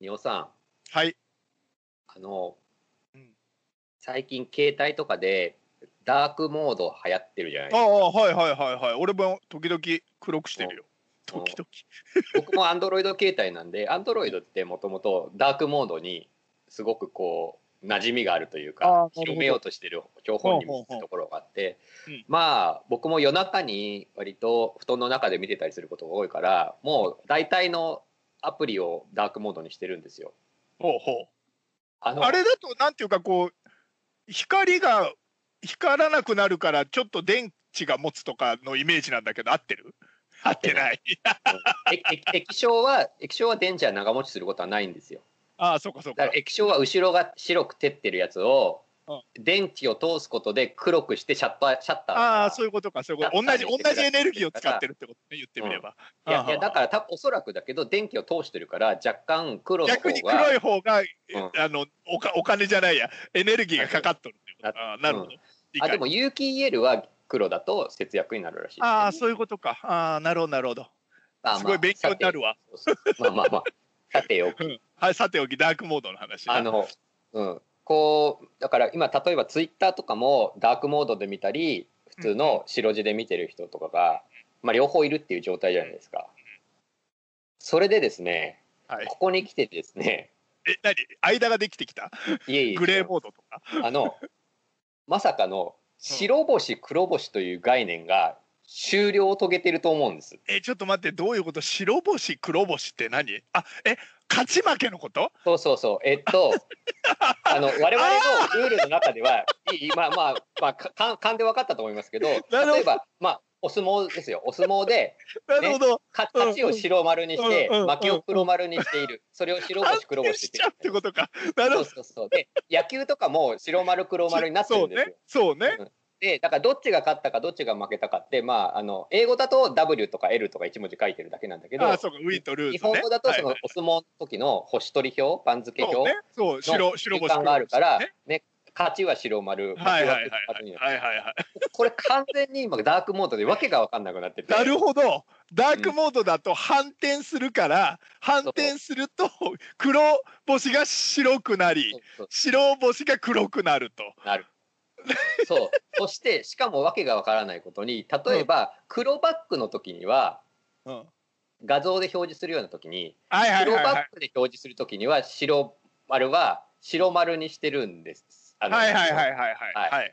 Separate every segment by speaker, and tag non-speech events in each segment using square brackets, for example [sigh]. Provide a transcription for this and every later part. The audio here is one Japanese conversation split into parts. Speaker 1: 二尾さん、
Speaker 2: はい。
Speaker 1: あの、
Speaker 2: うん
Speaker 1: 最近携帯とかでダークモード流行ってるじゃない
Speaker 2: ああ、はいはいはいはい。俺も時々黒くしてるよ。
Speaker 1: お
Speaker 2: 時々。
Speaker 1: 僕もアンドロイド携帯なんで、アンドロイドってもともとダークモードにすごくこう、馴染みがあるという
Speaker 2: あーなる
Speaker 1: か
Speaker 2: ほ、ど
Speaker 1: 広めようとしてる標本に見てるところがあって
Speaker 2: ほうほうほううん、
Speaker 1: まあ、僕も夜中に割と布団の中で見てたりすることが多いから、もう大体のアプリをダークモードにしてるんですよ。
Speaker 2: ほうほう。
Speaker 1: あの
Speaker 2: あれだと、なんていうかこう、光が光らなくなるから、ちょっと電池が持つとかのイメージなんだけど、合ってる合ってない。
Speaker 1: ええ液晶は液晶は電池は長持ちすることはないんですよ
Speaker 2: [laughs] ああ、そうかそう
Speaker 1: だ
Speaker 2: か
Speaker 1: から。液晶は後ろが白く照ってるやつを
Speaker 2: うん
Speaker 1: 電気を通すことで黒くしてシャッターシャッター
Speaker 2: ああ、そう
Speaker 1: う
Speaker 2: いうことか、そういうこと。同じ、同じエネルギーを使ってるってことね、言ってみれば。
Speaker 1: いやいや
Speaker 2: ああ
Speaker 1: だから多分おそらくだけど電気を通してるから若干黒の方
Speaker 2: 逆に
Speaker 1: が
Speaker 2: 黒い方が、あのおかお金じゃないや、エネルギーがかかっとるっていうことああなるほど。
Speaker 1: あ
Speaker 2: 理解
Speaker 1: でも有機 EL は黒だと節約になるらしいですね、
Speaker 2: ああ、そういうことか。ああ、なるほど、なるほど。
Speaker 1: まあまあ
Speaker 2: すごい勉強になるわ。
Speaker 1: さてそうそうまあまあまあさてよ
Speaker 2: うんはい、さておき、ダークモードの話。
Speaker 1: あの、うん、こうだから今例えばツイッターとかもダークモードで見たり普通の白地で見てる人とかが、まあ、両方いるっていう状態じゃないですか。それでですね、
Speaker 2: はい、
Speaker 1: ここに来てです
Speaker 2: [laughs]
Speaker 1: ね、
Speaker 2: え、何間ができてきた
Speaker 1: いえいえ
Speaker 2: グレーモードとか。
Speaker 1: あのまさかの白星黒星という概念が終了を遂げてると思うんです。
Speaker 2: え、ちょっと待って、どういうこと白星、黒星って何あ、え、勝ち負けのこと
Speaker 1: そうそうそう。えっと、
Speaker 2: [laughs]
Speaker 1: あの我々のルールの中では、いいまあまあまあか勘勘で分かったと思いますけど、
Speaker 2: ほど
Speaker 1: 例えばまあお相撲ですよ。お相撲で
Speaker 2: なるほど。
Speaker 1: か勝ちを白丸にして、
Speaker 2: うんうんうん
Speaker 1: 負けを黒丸にしている。それを白
Speaker 2: 安
Speaker 1: 星黒
Speaker 2: 定
Speaker 1: 星っ
Speaker 2: してちゃ
Speaker 1: 言
Speaker 2: う
Speaker 1: っ
Speaker 2: ってて
Speaker 1: る。
Speaker 2: ことか。な
Speaker 1: そう
Speaker 2: るほど。
Speaker 1: そうそう。で野球とかも白丸黒丸になってるんですよ。
Speaker 2: そうね。
Speaker 1: でだからどっちが勝ったかどっちが負けたかってまああの英語だと W とか L とか一文字書いてるだけなんだけ
Speaker 2: そうね。
Speaker 1: ど
Speaker 2: あ、そうか、ウィンとルーズ、ね。
Speaker 1: 日本語だとその
Speaker 2: はい
Speaker 1: お相撲の時の星取り表番付
Speaker 2: そう
Speaker 1: 表
Speaker 2: ね。そう、白、白
Speaker 1: 時
Speaker 2: 星。
Speaker 1: 間があるから
Speaker 2: 黒星ね、
Speaker 1: ね、勝ちは白丸、負け
Speaker 2: はいはいはい
Speaker 1: 黒丸になる
Speaker 2: はいはいはい。
Speaker 1: これ完全に今ダークモードでわけが分かんなくなってて、
Speaker 2: なるほど。ダークモードだと反転するから、反転すると黒星が白くなり
Speaker 1: そう、そう
Speaker 2: 白星が黒くなると。
Speaker 1: なる。そう。そしてしかもわけが分からないことに、例えば黒バックの時には
Speaker 2: うん、
Speaker 1: 画像で表示するような時に、
Speaker 2: はいはい
Speaker 1: 黒
Speaker 2: はい、
Speaker 1: バ
Speaker 2: は
Speaker 1: ッ
Speaker 2: い。
Speaker 1: クで表示する時には白丸は白丸にしてるんです。あの
Speaker 2: はいはいはいはいはい
Speaker 1: はい
Speaker 2: はい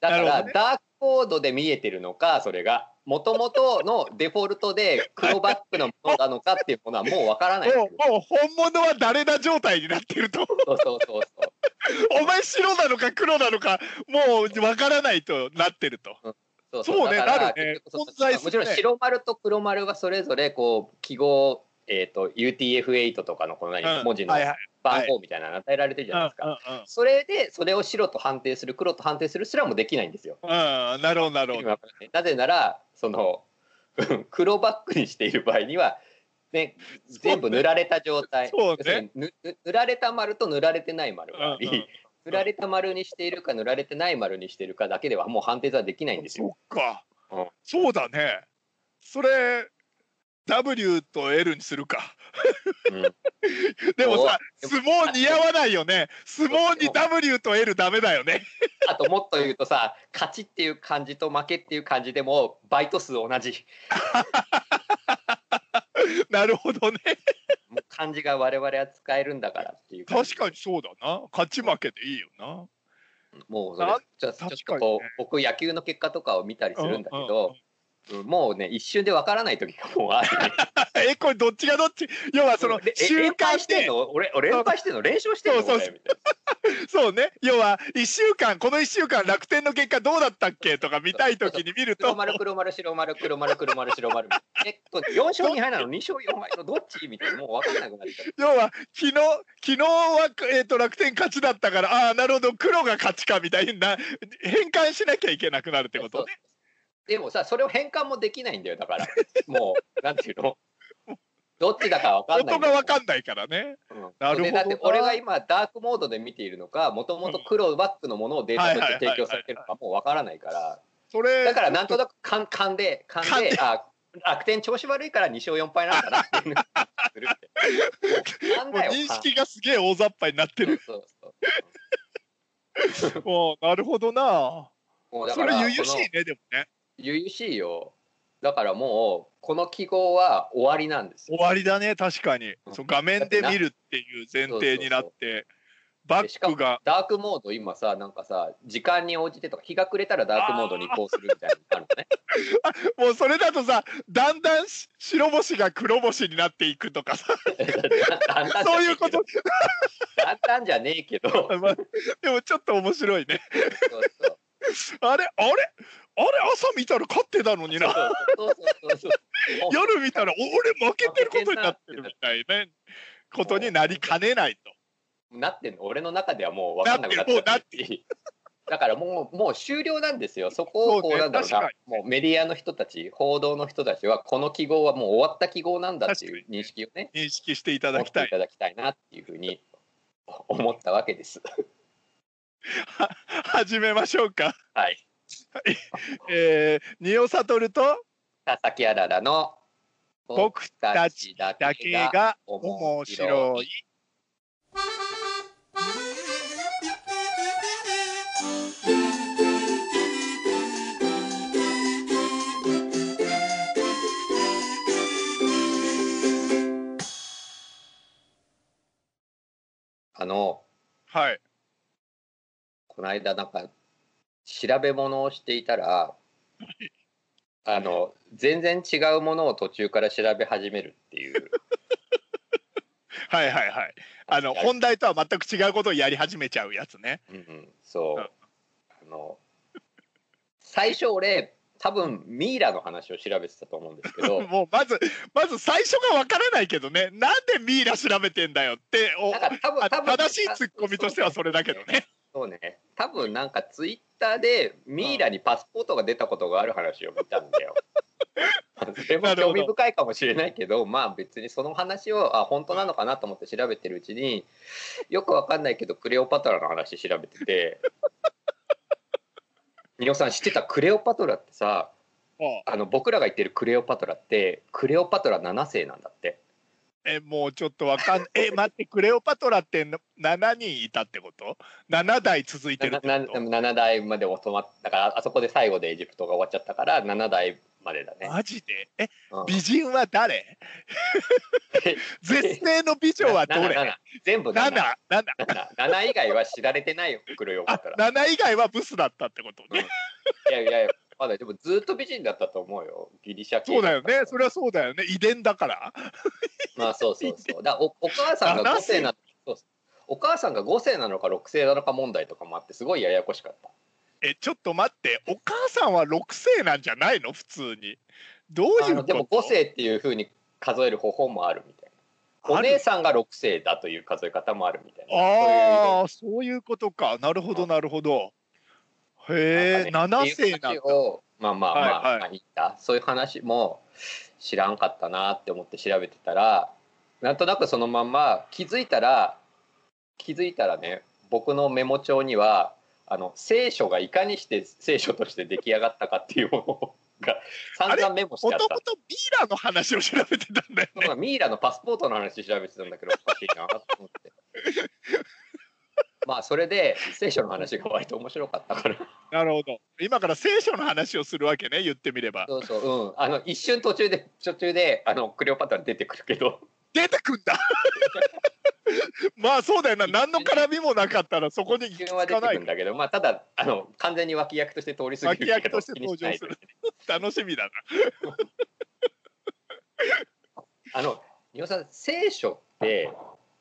Speaker 1: だか
Speaker 2: なる
Speaker 1: ら、
Speaker 2: ほどね
Speaker 1: ダークコードで見えてるのかそれがもともとのデフォルトで黒バックのものなのかっていうものはもうわからないんです
Speaker 2: も
Speaker 1: よ
Speaker 2: うもう本物は誰だ状態になってると [laughs]
Speaker 1: そうそうそうそう
Speaker 2: お前白なのか黒なのかもうわからないとなってると
Speaker 1: そう
Speaker 2: そうね
Speaker 1: だから
Speaker 2: なるね
Speaker 1: 結局そう
Speaker 2: 混在するね
Speaker 1: もちろん白丸と黒丸はそれぞれこう記号、えー、と UTF-8 とかのこの何
Speaker 2: うん
Speaker 1: 文字の
Speaker 2: はいはい
Speaker 1: 番号みたいなの与えられてるじゃないですか、
Speaker 2: うんうん
Speaker 1: それでそれを白と判定する黒と判定するすらもできないんですよ。
Speaker 2: うんうんなるほどなるほど
Speaker 1: なぜならその [laughs] 黒バックにしている場合には、ね、全部塗られた状態
Speaker 2: そうね
Speaker 1: 要するにぬぬ塗られた丸と塗られてない丸があり、
Speaker 2: うんうん
Speaker 1: 塗られた丸にしているか塗られてない丸にしているかだけではもう判定はできないんです
Speaker 2: そ
Speaker 1: よ。
Speaker 2: っか、
Speaker 1: うん
Speaker 2: そうだねそれ W と L にするか
Speaker 1: うん
Speaker 2: でもさ
Speaker 1: そう
Speaker 2: 相撲似合わないよね相撲に W と L ダメだよね [laughs]
Speaker 1: あともっと言うとさ勝ちっていう感じと負けっていう感じでもバイト数同じ
Speaker 2: なるほどね
Speaker 1: もう漢字が我々は使えるんだからっていう感じ
Speaker 2: 確かにそうだな勝ち負けでいいよな [laughs]
Speaker 1: もうそれ
Speaker 2: な
Speaker 1: ちょちょっ
Speaker 2: 確か
Speaker 1: と
Speaker 2: にね
Speaker 1: こう、僕野球の結果とかを見たりするんだけ
Speaker 2: うんうんうん
Speaker 1: ど、うんもうね一瞬でわからない時がもうある、ね、
Speaker 2: えこれどっちがどっち要 [laughs] はその
Speaker 1: え
Speaker 2: 習
Speaker 1: 連敗
Speaker 2: 慣
Speaker 1: してん
Speaker 2: で
Speaker 1: の俺俺連敗してんの練習してんの
Speaker 2: そうそう
Speaker 1: 俺
Speaker 2: そう
Speaker 1: みたい
Speaker 2: そうね要は1週間この1週間楽天の結果どうだったっけとか見たい時に見る
Speaker 1: な黒
Speaker 2: と
Speaker 1: 丸黒丸白丸黒丸黒丸白丸えこれ4勝2敗なの2勝4敗のどっちみたいなもうわかんなくなっちゃう
Speaker 2: 要は昨日昨日は、えー、と楽天勝ちだったからああーなるほど黒が勝ちかみたいな変換しなきゃいけなくなるってこ
Speaker 1: そう
Speaker 2: とね
Speaker 1: でもさそれを変換もできないんだよだからもうなんていう
Speaker 2: [laughs]
Speaker 1: のどっちだかわかんない
Speaker 2: 音が分かんないからね
Speaker 1: うん
Speaker 2: なるほど
Speaker 1: でだって俺が今ダークモードで見ているのかもともと黒バックのものをデータとして提供されてるのかもうわからないから
Speaker 2: それ
Speaker 1: だからなんとなく勘勘で勘
Speaker 2: 勘
Speaker 1: で
Speaker 2: で
Speaker 1: あ楽天調子悪いから2勝4敗なんだなっていうのがするってもうなん
Speaker 2: もう
Speaker 1: だよ
Speaker 2: 認識がすげえ大雑把になって
Speaker 1: そう
Speaker 2: る。
Speaker 1: そうそう
Speaker 2: もうなるほどな。
Speaker 1: もうだ
Speaker 2: そ
Speaker 1: か
Speaker 2: れ
Speaker 1: ら
Speaker 2: 由々し
Speaker 1: こ
Speaker 2: い
Speaker 1: の
Speaker 2: ねでもね。
Speaker 1: 由々しいよだからもうこの記号は終わりなんです
Speaker 2: 終
Speaker 1: よ
Speaker 2: わりだね確かに。
Speaker 1: うん
Speaker 2: そう画面で見るっていう前提になって、バ
Speaker 1: そうしか
Speaker 2: ッ
Speaker 1: も
Speaker 2: クが
Speaker 1: ダークモード今さなんかさ時間に応じてとか日が暮れたらダークモードに移行するみたいなのある
Speaker 2: [laughs]
Speaker 1: のね [laughs]
Speaker 2: もうそれだとさ、だんだんし白星が黒星になっていくとかさ、
Speaker 1: だんだんじゃねえけど
Speaker 2: そういうこと。 [laughs]
Speaker 1: だんだんじゃねえけどそう
Speaker 2: まあでもちょっと面白いね。
Speaker 1: そう
Speaker 2: あれあれあれ朝見たら勝ってたのにな。
Speaker 1: そうそうそうそうそう
Speaker 2: 夜見たらお俺負けてることになってるみたいなことになりかねないと。
Speaker 1: なってんの俺の中ではもう分かんなくなっちゃ
Speaker 2: なって
Speaker 1: るだからもうもう終了なんですよそこをこ
Speaker 2: そう
Speaker 1: う
Speaker 2: ね
Speaker 1: なんだろう
Speaker 2: 確
Speaker 1: な
Speaker 2: か
Speaker 1: もうメディアの人たち報道の人たちはこの記号はもう終わった記号なんだっていう認識をね
Speaker 2: 認識していた
Speaker 1: 持
Speaker 2: だ
Speaker 1: っ
Speaker 2: きた
Speaker 1: てい
Speaker 2: い。 [laughs]
Speaker 1: ただきたいなっていうふうに思ったわけです。
Speaker 2: 始めましょうか。
Speaker 1: はい。
Speaker 2: えー、ニオサトルと
Speaker 1: 佐々木あららの
Speaker 2: 僕たち
Speaker 1: だ
Speaker 2: だけが面白い。
Speaker 1: あの
Speaker 2: はい。
Speaker 1: この間なんか調べ物をしていたらあの全然違うものを途中から調べ始めるっていう
Speaker 2: [laughs] はいはいはい。あの
Speaker 1: はい
Speaker 2: 本題とは全く違うことをやり始めちゃうやつね。
Speaker 1: うんうん、そううんあの最初俺多分ミイラの話を調べてたと思うんですけど
Speaker 2: [laughs] もうまずまず最初がわからないけどね。なんでミイラ調べてんだよってお
Speaker 1: なんか多分
Speaker 2: あ
Speaker 1: 多分
Speaker 2: 正しいツッコミとしてはそれだけどね。
Speaker 1: そうね多分なんかツイッターでミイラにパスポートが出たことがある話を見たんだ
Speaker 2: [laughs]
Speaker 1: よ。それも
Speaker 2: なるほ
Speaker 1: 興
Speaker 2: ど
Speaker 1: 味深いかもしれないけどまあ別にその話をあ本当なのかなと思って調べてるうちによくわかんないけどクレオパトラの話調べてて
Speaker 2: [laughs]
Speaker 1: ニオさん知ってたクレオパトラってさ
Speaker 2: も
Speaker 1: あの僕らが言ってるクレオパトラってクレオパトラ7世なんだって
Speaker 2: うえもうちょっとわかんえ待ってクレオパトラって7人いたってこと？7代続いてるってこと？
Speaker 1: 7代までを止まったからあそこで最後でエジプトが終わっちゃったから7代までだね、
Speaker 2: マジでえ
Speaker 1: うん
Speaker 2: 美人
Speaker 1: [laughs]
Speaker 2: は誰？
Speaker 1: え
Speaker 2: 絶世の美女はどれ？
Speaker 1: 7全部 7,
Speaker 2: 7 7
Speaker 1: 7, 以外は知られてないよクレオパ
Speaker 2: あ
Speaker 1: トラ
Speaker 2: 7以外はブスだったってことね。
Speaker 1: いやいやいやまだでもずっと美人だったと思うよギリシャ系
Speaker 2: そうだよね。それはそうだよね。遺伝だから。
Speaker 1: まあそうそうそうだおお母さんが5世なそうそうお母さんが5世なのか6世なのか問題とかもあってすごいややこしかった
Speaker 2: えちょっと待ってお母さんは6世なんじゃないの普通にどう
Speaker 1: あ
Speaker 2: いう
Speaker 1: の
Speaker 2: こと
Speaker 1: でも5世っていうふうに数える方法もあるみたいなお
Speaker 2: ある
Speaker 1: 姉さんが6世だという数え方もあるみたいな
Speaker 2: ああそういうことかなるほど
Speaker 1: うん
Speaker 2: なるほどへ
Speaker 1: そ
Speaker 2: え、
Speaker 1: う
Speaker 2: 7
Speaker 1: いう
Speaker 2: 世
Speaker 1: 色々
Speaker 2: なん
Speaker 1: っていう話
Speaker 2: だ
Speaker 1: をまあまあまあ、
Speaker 2: はいはい
Speaker 1: まあ言ったそういう話も知らんかったなって思って調べてたらなんとなくそのまんま気づいたら気づいたらね僕のメモ帳にはあの聖書がいかにして聖書として出来上がったかっていうものが散々メモして
Speaker 2: も
Speaker 1: あった
Speaker 2: ともとミイラの話を調べてたん
Speaker 1: [laughs]
Speaker 2: だよ
Speaker 1: そうだミイラのパスポートの話調べてたんだけどおかしいなと思
Speaker 2: [laughs]
Speaker 1: ってまあそれで聖書の話が割と面白かったから
Speaker 2: なるほど今から聖書の話をするわけね言ってみれば
Speaker 1: そうそううんあの一瞬途中で途中であのクレオパトラ出てくるけど
Speaker 2: 出てくん
Speaker 1: [laughs]
Speaker 2: だまあそうだよな何の絡みもなかったらそこに行
Speaker 1: 一
Speaker 2: き
Speaker 1: 瞬は
Speaker 2: 着
Speaker 1: 出
Speaker 2: か
Speaker 1: て
Speaker 2: な
Speaker 1: く
Speaker 2: い
Speaker 1: るんだけどまあただあの完全に脇役として通り過ぎるけど
Speaker 2: 脇役として登場する
Speaker 1: 気にしないで
Speaker 2: 楽しみだな
Speaker 1: あの丹羽さん聖書って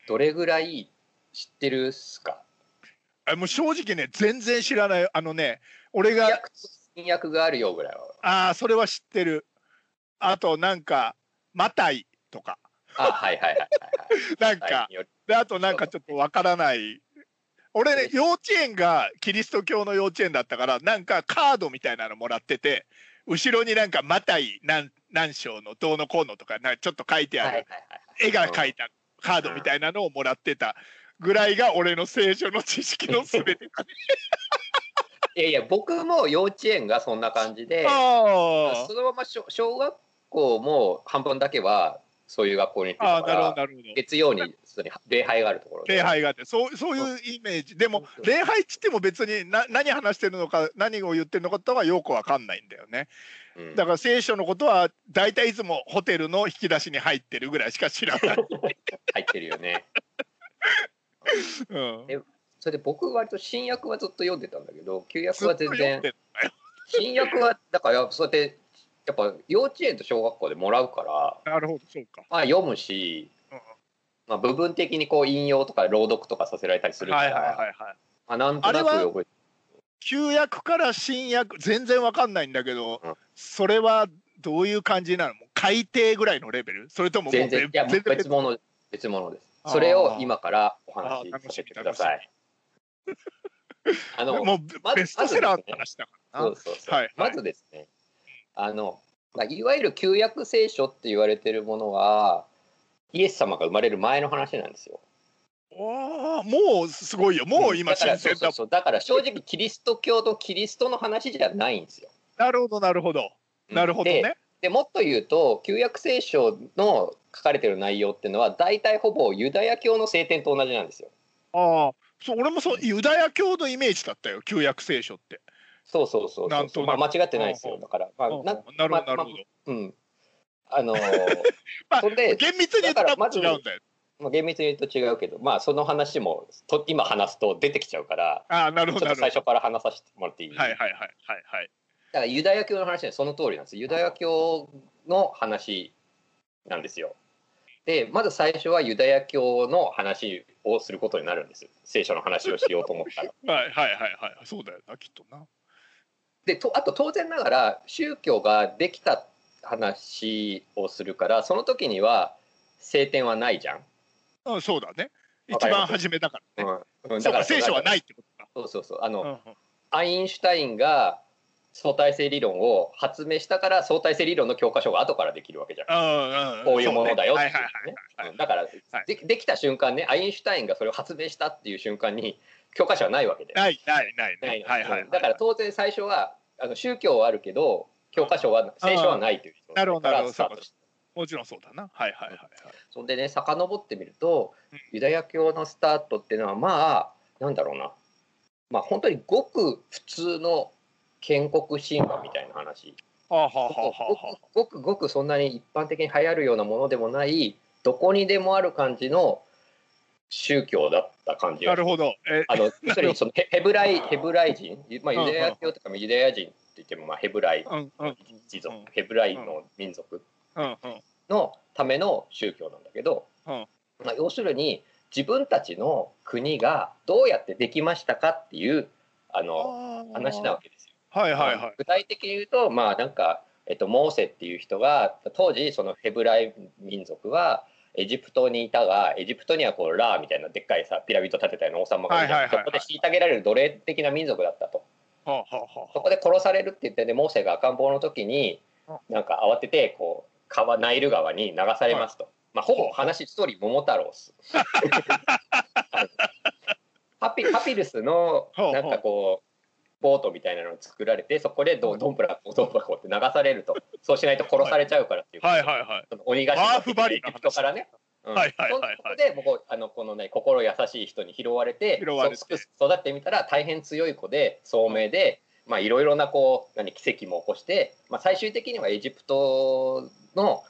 Speaker 1: どれぐらい知ってるっすか
Speaker 2: あもう正直ね全然知らないあのね俺が
Speaker 1: 新約新約があるよぐらいは
Speaker 2: ああ、それは知ってる。あと、なんか、マタイとか、
Speaker 1: あはいはいはいはい
Speaker 2: なん
Speaker 1: はい、は
Speaker 2: か
Speaker 1: い、、より
Speaker 2: であとなんかちょっとわからない。俺ね、幼稚園がキリスト教の幼稚園だったから、なんかカードみたいなのもらってて、後ろになんかマタイ何何章のどうのこうのとか、なんかちょっと書いて
Speaker 1: はい
Speaker 2: あ
Speaker 1: はい
Speaker 2: る、
Speaker 1: はい
Speaker 2: 絵が描いたカードみたいなのをもらってたぐらいが俺の聖書の知識のす
Speaker 1: [laughs]
Speaker 2: べてか、ね。
Speaker 1: いやいや僕も幼稚園がそんな感じで
Speaker 2: ああ
Speaker 1: そのまま小小学校も半分だけはそういう学校に行ってた
Speaker 2: ああ、
Speaker 1: か
Speaker 2: なるほど、
Speaker 1: ら
Speaker 2: なるほど。
Speaker 1: 月曜に普通に礼拝があるところで
Speaker 2: 礼拝があって、そう、そういうイメージ。でも、礼拝っつっても別にな何話してるのか、何を言ってるのかとはよくわかんないんだよね。
Speaker 1: うん
Speaker 2: だから聖書のことは、大体いつもホテルの引き出しに入ってるぐらいしか知ら
Speaker 1: [laughs]
Speaker 2: ない。
Speaker 1: 入ってるよね
Speaker 2: うん。
Speaker 1: え [laughs] それで僕割と新約はずっと読んでたんだけど旧約は全
Speaker 2: ずっと読ん
Speaker 1: 然
Speaker 2: で
Speaker 1: 新約はだからそうやってやっぱ幼稚園と小学校でもらうから
Speaker 2: なるほど、そうか。
Speaker 1: まあ読むし
Speaker 2: うん、
Speaker 1: まあ、部分的にこう引用とか朗読とかさせられたりするか
Speaker 2: はい
Speaker 1: ら、
Speaker 2: はいはいはい。
Speaker 1: まあ、なんとなく
Speaker 2: あれは
Speaker 1: 覚えて
Speaker 2: 旧約から新約全然わかんないんだけど、
Speaker 1: うん
Speaker 2: それはどういう感じなのもう海底ぐらいのレベルそれとももう
Speaker 1: 全然いや
Speaker 2: 全然
Speaker 1: 別物別物です
Speaker 2: あー
Speaker 1: それを今からお話しさせてくださいあの
Speaker 2: もう
Speaker 1: ま
Speaker 2: ベストセラーの話だか
Speaker 1: そうそうそう、
Speaker 2: はいはい
Speaker 1: まずですねあの、まあ、いわゆる旧約聖書って言われてるものはイエス様が生まれる前の話なんですよ。
Speaker 2: ら、おーもうすごいよもう今
Speaker 1: だか
Speaker 2: 新
Speaker 1: らそう
Speaker 2: 鮮
Speaker 1: そ
Speaker 2: だ
Speaker 1: うそうだから正直キリスト教とキリストの話じゃないんですよ。
Speaker 2: なるほどなるほど
Speaker 1: うん
Speaker 2: なるほどね
Speaker 1: ででもっと言うと旧約聖書の書かれてる内容っていうのは大体ほぼユダヤ教の聖典と同じなんですよ。
Speaker 2: ああそう俺もそうユダヤ教のイメージだったよ旧約聖書って
Speaker 1: そうそうそうそう
Speaker 2: なんとなく
Speaker 1: まあ、間違ってないです
Speaker 2: う
Speaker 1: よ
Speaker 2: ん
Speaker 1: だから、まあ、
Speaker 2: うんうん
Speaker 1: な
Speaker 2: な
Speaker 1: ん
Speaker 2: るほどなるほど、
Speaker 1: まあまうんあのー
Speaker 2: [laughs] まあ
Speaker 1: それで
Speaker 2: 厳密に言うと
Speaker 1: だから
Speaker 2: 多分
Speaker 1: ま
Speaker 2: 違
Speaker 1: ず
Speaker 2: うんだよ、
Speaker 1: まあ、厳密に言うと違うけど、まあ、その話もと今話すと出てきちゃうから
Speaker 2: あ [laughs] あなる
Speaker 1: ちょ
Speaker 2: ほ
Speaker 1: っと
Speaker 2: どなるほ
Speaker 1: 最
Speaker 2: ど
Speaker 1: 初から話させてもらっていい、
Speaker 2: はい
Speaker 1: だ
Speaker 2: はい
Speaker 1: か
Speaker 2: はいはいはい
Speaker 1: らユダヤ教の話はその通りなんですユダヤ教の話なんですよでまず最初はユダヤ教の話をすることになるんです聖書の話をしようと思
Speaker 2: [laughs]
Speaker 1: ったら
Speaker 2: はいはいはいはいそうだよなきっとな
Speaker 1: でとあと当然ながら宗教ができた話をするからその時には聖典はないじゃん、
Speaker 2: うん、そうだね。一
Speaker 1: わかり
Speaker 2: 番
Speaker 1: ます
Speaker 2: 初めだからね。
Speaker 1: うん
Speaker 2: そうか、聖書はないいってことか。
Speaker 1: そうそうそうあの、
Speaker 2: うんうん
Speaker 1: アインシュタインが相対性理論を発明したから相対性理論の教科書が後からできるわけじゃん。
Speaker 2: うんん
Speaker 1: こういうものだよっ
Speaker 2: そ
Speaker 1: てい
Speaker 2: うね
Speaker 1: う
Speaker 2: はいはい
Speaker 1: ね
Speaker 2: はいはい
Speaker 1: うんだから
Speaker 2: はい
Speaker 1: でできた瞬間ねアインシュタインがそれを発明したっていう瞬間に教科書はないわけで、
Speaker 2: はい。ないないな。
Speaker 1: ないい
Speaker 2: はいはいは
Speaker 1: う
Speaker 2: い。
Speaker 1: んだから当然最初はあの宗教はあるけど教科書は聖書はないという状
Speaker 2: なるほ
Speaker 1: 態
Speaker 2: ど
Speaker 1: から
Speaker 2: なるほど
Speaker 1: スタートして
Speaker 2: もちろんそうだな。はいはいはいはい。
Speaker 1: そんでね遡ってみると
Speaker 2: うん
Speaker 1: ユダヤ教のスタートっていうのはまあなんだろうなまあ本当にごく普通の建国神話みたいな話。
Speaker 2: はあはあはあはあはあ。
Speaker 1: ごくごくそんなに一般的に流行るようなものでもないどこにでもある感じの宗教だった感じ
Speaker 2: な
Speaker 1: が
Speaker 2: るほど。え、
Speaker 1: あの要するにそのヘヘブライヘブライ人、まあ、
Speaker 2: うんうん
Speaker 1: ユダヤ教とかもユダヤ人って言ってもまあヘブライ
Speaker 2: うんうん
Speaker 1: 一族
Speaker 2: うん
Speaker 1: ヘブライの民族
Speaker 2: うんうん。
Speaker 1: のための宗教なんだけど、
Speaker 2: うん
Speaker 1: まあ、要するに自分たちの国がどうやってできましたかっていうあの話なわ
Speaker 2: だ。
Speaker 1: けですよ。
Speaker 2: はいはいはい。
Speaker 1: 具体的に言うとまあなんか、えっと、モーセっていう人が当時そのヘブライ民族はエジプトにいたがエジプトにはこうラーみたいなでっかいさピラミッド建てたような王様がいて、
Speaker 2: はいはいはいはい
Speaker 1: そこで虐げられる奴隷的な民族だったと
Speaker 2: はあはあは
Speaker 1: そこで殺されるって言ってねモーセが赤ん坊の時に
Speaker 2: うん
Speaker 1: なんか慌ててこう川ナイル川に流されますと、まあ、ほぼ話ストーリー桃太郎っ
Speaker 2: [laughs]
Speaker 1: すハピハピルスの
Speaker 2: ほうほう
Speaker 1: なんかこうボートみたいなのを作られてそこでどどんぶらこどんぶらこって流されるとそうしないと殺されちゃうからっていう、
Speaker 2: あ。はいはいはい。
Speaker 1: その鬼ヶ島
Speaker 2: バーフバリの
Speaker 1: エ
Speaker 2: 話
Speaker 1: ジプトからね、うん
Speaker 2: はいはいはいはい
Speaker 1: そこでもうこうあのこのね心優しい人に拾われて
Speaker 2: 拾われて
Speaker 1: そすくす育ってみたら大変強い子で聡明で、まあいろいろなこう何奇跡も起こして、まあ、最終的にはエジプトの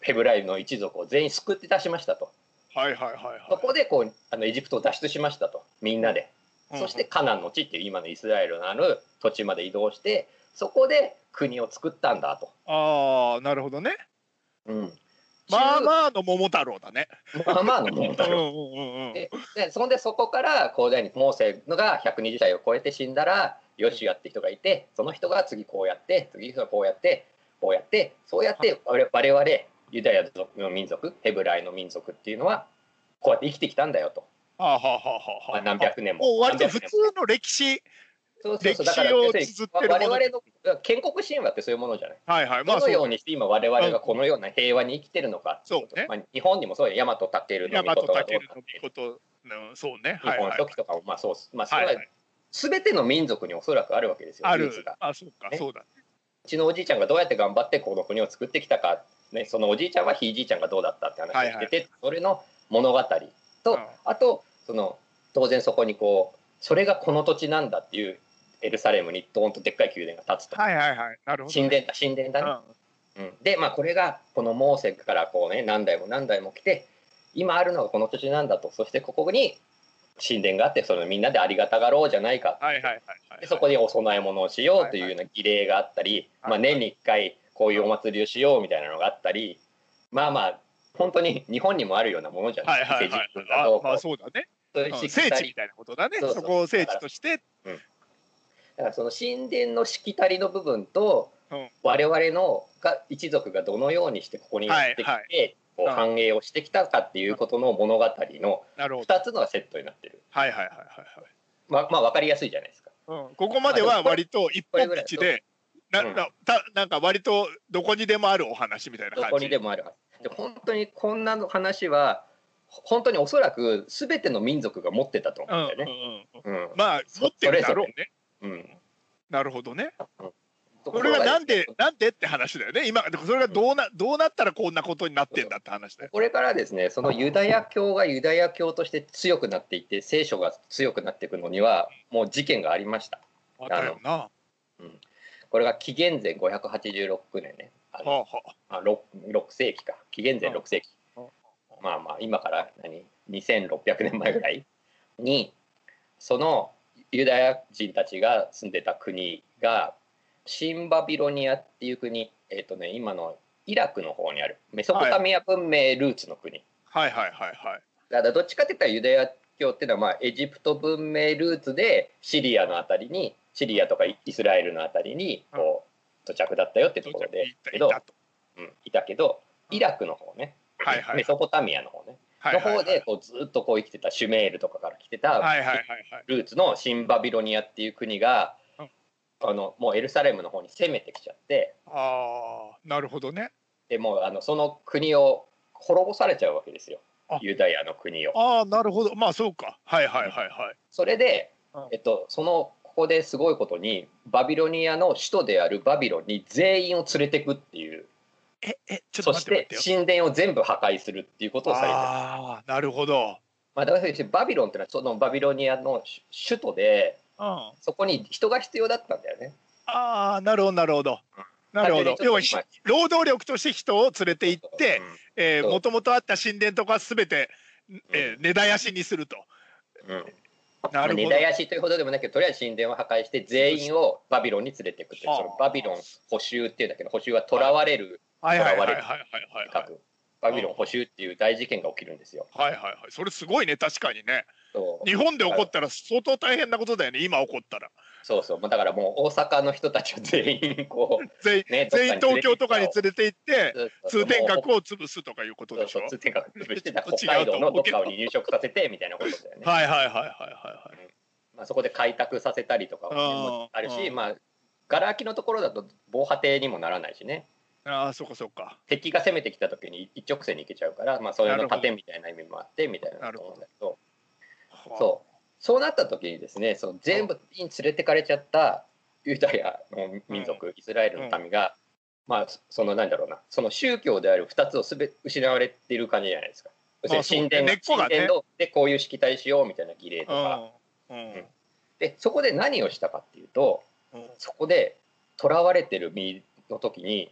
Speaker 1: ヘブライの一族を全員救って出しましたと
Speaker 2: はいはいはいはい。
Speaker 1: そこでこうあのエジプトを脱出しましたとみんなで、そしてカナンの地っていう今のイスラエルのある土地まで移動してそこで国を作ったんだと。
Speaker 2: うんうん。ああ、なるほどね。
Speaker 1: うん
Speaker 2: まあ
Speaker 1: あ
Speaker 2: まあの桃太郎だね。
Speaker 1: まあまあの問
Speaker 2: うん
Speaker 1: 題
Speaker 2: う
Speaker 1: を
Speaker 2: んうんうん。
Speaker 1: ででそんでそこから広大にモーセのが120歳を超えて死んだらヨシュアって人がいてその人が次こうやって次がこうやってこうやってそうやって我々我々ユダヤ族の民族ヘブライの民族っていうのはこうやって生きてきたんだよと、
Speaker 2: はあはあは
Speaker 1: ま
Speaker 2: あ
Speaker 1: あ、
Speaker 2: はあ。
Speaker 1: 何百年も。
Speaker 2: もう割と
Speaker 1: 何
Speaker 2: 普
Speaker 1: 百年
Speaker 2: 通の歴史。
Speaker 1: もそうそうそう
Speaker 2: 歴
Speaker 1: だ
Speaker 2: 史
Speaker 1: から
Speaker 2: を
Speaker 1: 要するに
Speaker 2: 綴ってるもの
Speaker 1: 我々の建国神話ってそういうものじゃない。
Speaker 2: はいはい。ま
Speaker 1: ど
Speaker 2: あ
Speaker 1: の
Speaker 2: そう
Speaker 1: ようにして今我々がこのような平和に生きてるのかっていこと
Speaker 2: そうね
Speaker 1: まあ、日本にもそうよ大和武尊の
Speaker 2: 大
Speaker 1: 御
Speaker 2: 和
Speaker 1: 事がどうなっ
Speaker 2: 武
Speaker 1: てる
Speaker 2: 尊のこと、うん、そうね、
Speaker 1: 日
Speaker 2: はい
Speaker 1: 本
Speaker 2: は
Speaker 1: の
Speaker 2: い、
Speaker 1: 時とかもまあそうっすまあそれ
Speaker 2: はい
Speaker 1: は
Speaker 2: はい、
Speaker 1: 全ての民族におそらくあるわけですよ、
Speaker 2: あ
Speaker 1: ル
Speaker 2: る
Speaker 1: ーツが、
Speaker 2: あ、そうか、
Speaker 1: ね
Speaker 2: そうだ、
Speaker 1: ちのおじいちゃんがどうやって頑張ってこの国を作ってきたか、ね、そのおじいちゃんはひいじいちゃんがどうだったって話をしてて、それの物語と、
Speaker 2: うん
Speaker 1: あとその当然そこにこうそれがこの土地なんだっていうエルサレムにドーンとでっかい宮殿が建つと、
Speaker 2: はいはいはいなるほど、
Speaker 1: 神殿だ神殿だね、うん、で、まあ、これがこのモーセからこうね何代も何代も来て今あるのがこの土地なんだとそしてここに神殿があってそのみんなでありがたがろうじゃないか
Speaker 2: うん、はいはいはいはい
Speaker 1: でそこにお供え物をしようというような儀礼があったり、
Speaker 2: はい
Speaker 1: まあ、年に1回こういうお祭りをしようみたいなのがあったりまあまあ本当に日本にもあるようなものじゃな
Speaker 2: はいい
Speaker 1: ですか
Speaker 2: はい
Speaker 1: 伊勢神宮だと
Speaker 2: はいあまあ
Speaker 1: こ
Speaker 2: そうだね、
Speaker 1: うそういう
Speaker 2: うん
Speaker 1: しき
Speaker 2: 聖
Speaker 1: た
Speaker 2: 地
Speaker 1: り
Speaker 2: みたいなことだね
Speaker 1: そう
Speaker 2: そ
Speaker 1: そう
Speaker 2: こを聖地とし
Speaker 1: だ
Speaker 2: て
Speaker 1: からその神殿のしきたりの部分と、
Speaker 2: うん
Speaker 1: 我々のが一族がどのようにしてここにやってきて、
Speaker 2: はいは
Speaker 1: こう
Speaker 2: うん
Speaker 1: 繁栄をしてきたかっていうことの物語の
Speaker 2: なるほど
Speaker 1: 2つのセットになってる、
Speaker 2: はいはいはいはい
Speaker 1: まあ、まあ分かりやすいじゃないですか。
Speaker 2: はい、うん、ここまでは割と一本道でな
Speaker 1: うん
Speaker 2: なたなんか割とどこにでもあるお話みたいな
Speaker 1: ど
Speaker 2: 感じ
Speaker 1: こにでもあるはずで本当にこんなの話はほ本当におそらく全ての民族が持ってたと
Speaker 2: うんう
Speaker 1: 思うんだよね。
Speaker 2: んうん、
Speaker 1: うん
Speaker 2: まあ持ってるだろうね
Speaker 1: うん
Speaker 2: なるほどね
Speaker 1: と
Speaker 2: こ
Speaker 1: こ
Speaker 2: れ
Speaker 1: ろ
Speaker 2: が
Speaker 1: が
Speaker 2: なんでなんでって話だよね今それがどうなどうなったらこんなことになってんだって話だよ
Speaker 1: これからですねそのユダヤ教がユダヤ教として強くなっていって聖書が強くなっていくのにはもう事件がありました。
Speaker 2: あったよなは
Speaker 1: これが紀元前586年ね、あ
Speaker 2: あ
Speaker 1: の
Speaker 2: はあ
Speaker 1: あ 6, 6世紀か、紀元前
Speaker 2: うん
Speaker 1: 6世紀
Speaker 2: うん、
Speaker 1: まあまあ、今から何、2600年前ぐらいに、そのユダヤ人たちが住んでた国が、シンバビロニアっていう国、えっ、とね、今のイラクの方にある、メソポタミア文明ルーツの国。
Speaker 2: はいはいはいはい
Speaker 1: だからどっちかって言ったらユダヤ教っていうのはまあエジプト文明ルーツでシリアのあたりにシリアとかイイスラエルのあたりにこう土着だったよってところで
Speaker 2: いた
Speaker 1: け
Speaker 2: い
Speaker 1: ど、
Speaker 2: たと
Speaker 1: うん、いたけどイラクの方ね、
Speaker 2: はいはい
Speaker 1: メソポタミアの方ね、
Speaker 2: はいはい
Speaker 1: の方
Speaker 2: はい
Speaker 1: でこうずっとこう生きてたシュメールとかから来てた
Speaker 2: はいはいはいはい
Speaker 1: ルーツのシンバビロニアっていう国が、
Speaker 2: うん
Speaker 1: あのもうエルサレムの方に攻めてきちゃって
Speaker 2: ああなるほどね
Speaker 1: でもうあのその国を滅ぼされちゃうわけですよ
Speaker 2: あ
Speaker 1: ユダヤの国を。
Speaker 2: ああなるほどまあそうかはいはいはいはい
Speaker 1: それで
Speaker 2: うん、
Speaker 1: えっと、そのここですごいことにバビロニアの首都であるバビロンに全員を連れてくっていう
Speaker 2: ええちょっと
Speaker 1: そ
Speaker 2: 待
Speaker 1: し
Speaker 2: って
Speaker 1: て
Speaker 2: 待ってよ
Speaker 1: 神殿を全部破壊するっていうことをされてる
Speaker 2: ああなるほど
Speaker 1: まあ、だからバビロンっていうのはそのバビロニアの首首都で
Speaker 2: うんあ
Speaker 1: そこに人が必要だったんだよね。
Speaker 2: あなるほどなるほどなる
Speaker 1: 単純に
Speaker 2: ほど
Speaker 1: ちょっと
Speaker 2: 要はひ
Speaker 1: 今
Speaker 2: 労働力として人を連れて行って、えー、
Speaker 1: そう
Speaker 2: もともとあった神殿とかすべて、えー、根絶やしにすると。
Speaker 1: うんうんま
Speaker 2: な
Speaker 1: あ
Speaker 2: る
Speaker 1: 根
Speaker 2: ほ
Speaker 1: 絶
Speaker 2: ど。
Speaker 1: やしというほどでもないけどとりあえず神殿を破壊して全員をバビロンに連れてくっていう
Speaker 2: はあ
Speaker 1: そのバビロン補修っていうだけど補修は囚われる
Speaker 2: はいはいはいはいはい
Speaker 1: って書
Speaker 2: はい。
Speaker 1: くバビロン補修っていう大事件が起きるんですよ。
Speaker 2: はいはいはい。それすごいね、確かにね。
Speaker 1: そう
Speaker 2: 日本で起こったら相当大変なことだよね、今起こったら。
Speaker 1: そうそう、まあ、だからもう大阪の人たちを全員こ
Speaker 2: 全員
Speaker 1: う、ね、
Speaker 2: [laughs] 全員東京とかに連れて行って、
Speaker 1: れ
Speaker 2: 通天閣を潰すとかいうこと
Speaker 1: そ
Speaker 2: で
Speaker 1: う
Speaker 2: しょ
Speaker 1: そう。通天閣潰してた
Speaker 2: ちょっと
Speaker 1: 北
Speaker 2: [laughs] 違う
Speaker 1: 海
Speaker 2: と
Speaker 1: 道
Speaker 2: 思
Speaker 1: のど
Speaker 2: う
Speaker 1: っ
Speaker 2: けど
Speaker 1: かに入植させてみたいなことだよね。
Speaker 2: はいはいはいはいはい
Speaker 1: まあ、そこで開拓させたりとか
Speaker 2: うん
Speaker 1: もあるし、
Speaker 2: うん
Speaker 1: まあ、がら空きのところだと防波堤にもならないしね。
Speaker 2: はい。ああ、そうかそうか。
Speaker 1: 敵が攻めてきた時に一直線に行けちゃうから、まあ、それの盾みたいな意味もあってみたいなと思うんだけどそうそうなった時にですねその全部に連れてかれちゃったユダヤの民族、イスラエルの民が、まあそそのなんだろうなその宗教である2つをすべ失われている感じじゃないですか。
Speaker 2: まあそう
Speaker 1: 神殿
Speaker 2: 根っこがね
Speaker 1: 神殿でこういう式体しようみたいな儀礼と
Speaker 2: う
Speaker 1: か、
Speaker 2: ん。うん。うん
Speaker 1: でそこで何をしたかっていうとそこで囚われてる身の時に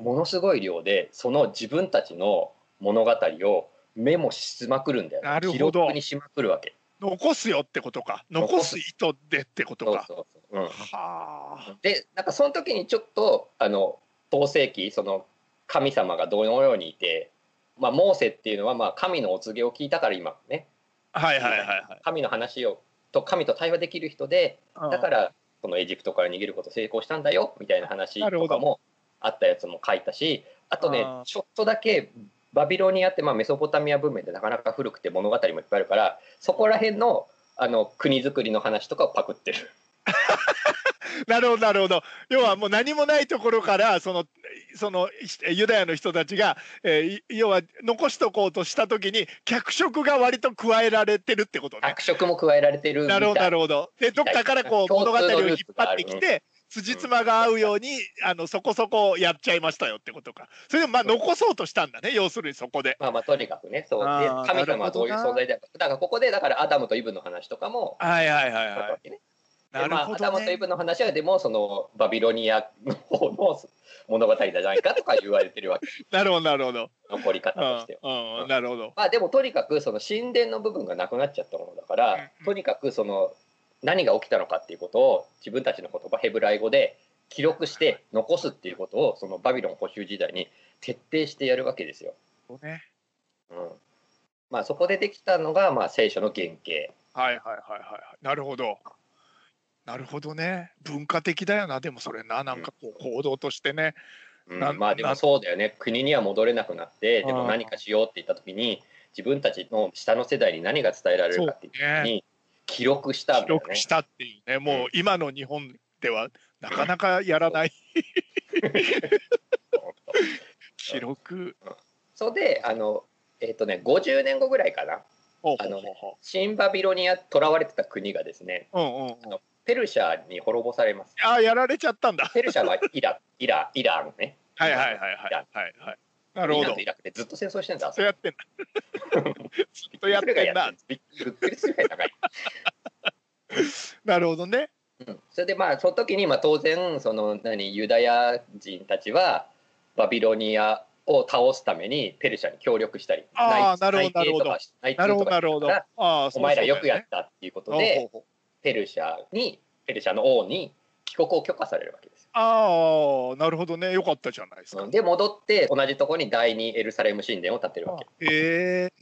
Speaker 1: ものすごい量でその自分たちの物語をメモしまくるんだよね
Speaker 2: なるほど
Speaker 1: 記録にしまくるわけ。
Speaker 2: 残すよってことか。残す意図でってことか。
Speaker 1: そうそうそううん
Speaker 2: はあ。
Speaker 1: でなんかその時にちょっとあの同世紀その神様がどのようにいて、まあ、モーセっていうのはまあ神のお告げを聞いたから今ね
Speaker 2: はいはいはいはい。、
Speaker 1: 神の話をと神と対話できる人でだかららこのエジプトから逃げること成功したんだよみたいな話
Speaker 2: なるほ
Speaker 1: と
Speaker 2: ど
Speaker 1: かもあったやつも書いたしあとね
Speaker 2: あー
Speaker 1: ちょっとだけバビロニアってまあメソポタミア文明でなかなか古くて物語もいっぱいあるからそこら辺のあの国づくりの話とかをパクってる。
Speaker 2: [laughs] なるほどなるほど要はもう何もないところからそのそのユダヤの人たちが、えーい要は残しとこうとした時に脚色が割と加えられてるってことね。
Speaker 1: 脚色も加えられてるみた
Speaker 2: ないるほどなるほど。でどっかからこう
Speaker 1: 共
Speaker 2: 物
Speaker 1: 通
Speaker 2: 語を
Speaker 1: の
Speaker 2: 引
Speaker 1: ル
Speaker 2: っ
Speaker 1: ーツ
Speaker 2: 張
Speaker 1: があ
Speaker 2: って
Speaker 1: る
Speaker 2: きて辻褄が合うようにあのそこそこやっちゃいましたよってことかそれでもまあ残そうとしたんだね要するにそこで
Speaker 1: まあまあとにかくねそうで
Speaker 2: あー
Speaker 1: 神様はどういう
Speaker 2: なるほどな
Speaker 1: 存在だかだからここでだからアダムとイブの話とかも
Speaker 2: はいはいはい
Speaker 1: あった
Speaker 2: は
Speaker 1: わ
Speaker 2: い
Speaker 1: けね
Speaker 2: な
Speaker 1: で
Speaker 2: る
Speaker 1: まあ
Speaker 2: ほ
Speaker 1: アダ
Speaker 2: ど
Speaker 1: ムとイ
Speaker 2: ね
Speaker 1: ブの話はでもそのバビロニアの方の物語じゃないかとか言われてるわけ
Speaker 2: なるほどなるほど
Speaker 1: 残り方
Speaker 2: う
Speaker 1: としては。
Speaker 2: んう
Speaker 1: うんん
Speaker 2: なるほど
Speaker 1: まあでもとにかくその神殿の部分がなくなっちゃったものだから、
Speaker 2: うん
Speaker 1: とにかくその何が起きたのかっていうことを自分たちの言葉ヘブライ語で記録して残すっていうことをそのバビロン捕囚時代に徹底してやるわけですよ。
Speaker 2: ね
Speaker 1: うんまあ、そこでできたのがまあ聖書の原型。
Speaker 2: はいはいはいはいはいなるほどなるほどね文化的だよなでもそれななんかこう行動としてね
Speaker 1: うん
Speaker 2: なん
Speaker 1: まあで
Speaker 2: なん
Speaker 1: もそうだよね国には戻れなくなってで
Speaker 2: あー
Speaker 1: も何かしようって言った時に自分たちの下の世代に何が伝えられるかっていう時に記録したん
Speaker 2: 記
Speaker 1: だよ
Speaker 2: 録
Speaker 1: ね。
Speaker 2: したっていうねもう今の日本ではなかなかやらない記録
Speaker 1: それであのえっ、とね50年後ぐらいかな
Speaker 2: ほう
Speaker 1: あ
Speaker 2: ほう
Speaker 1: の
Speaker 2: ほうほ
Speaker 1: 新バビロニア囚われてた国がですね
Speaker 2: ううんうんうん
Speaker 1: ペルシャに滅ぼされます
Speaker 2: ああやられちゃったんだ。
Speaker 1: ペルシャはイラ [laughs] イライランね
Speaker 2: はいはいはいはいはいはい。なる
Speaker 1: イ
Speaker 2: ほ
Speaker 1: ラン
Speaker 2: ど
Speaker 1: と。イラクでずっと戦争してんだ
Speaker 2: そうやってん
Speaker 1: [laughs]
Speaker 2: な。ずっとやってんな。
Speaker 1: びっくりするぐらい長い、
Speaker 2: なるほどね。
Speaker 1: うん、それでまあその時にまあ当然その何ユダヤ人たちはバビロニアを倒すためにペルシャに協力したり
Speaker 2: あー
Speaker 1: 内
Speaker 2: なるほど
Speaker 1: 内定とかし内
Speaker 2: な
Speaker 1: 定
Speaker 2: るほ
Speaker 1: とか
Speaker 2: どなるほど。
Speaker 1: だ
Speaker 2: あ
Speaker 1: か
Speaker 2: あ、
Speaker 1: お前らよくやったっていうことで、
Speaker 2: ほうほうほう
Speaker 1: ペルシャにペルシャの王に帰国を許可されるわけですよ
Speaker 2: ああ、なるほどね。よかったじゃないですか。
Speaker 1: うんで戻って同じとこに第二エルサレム神殿を建てるわけ
Speaker 2: ええ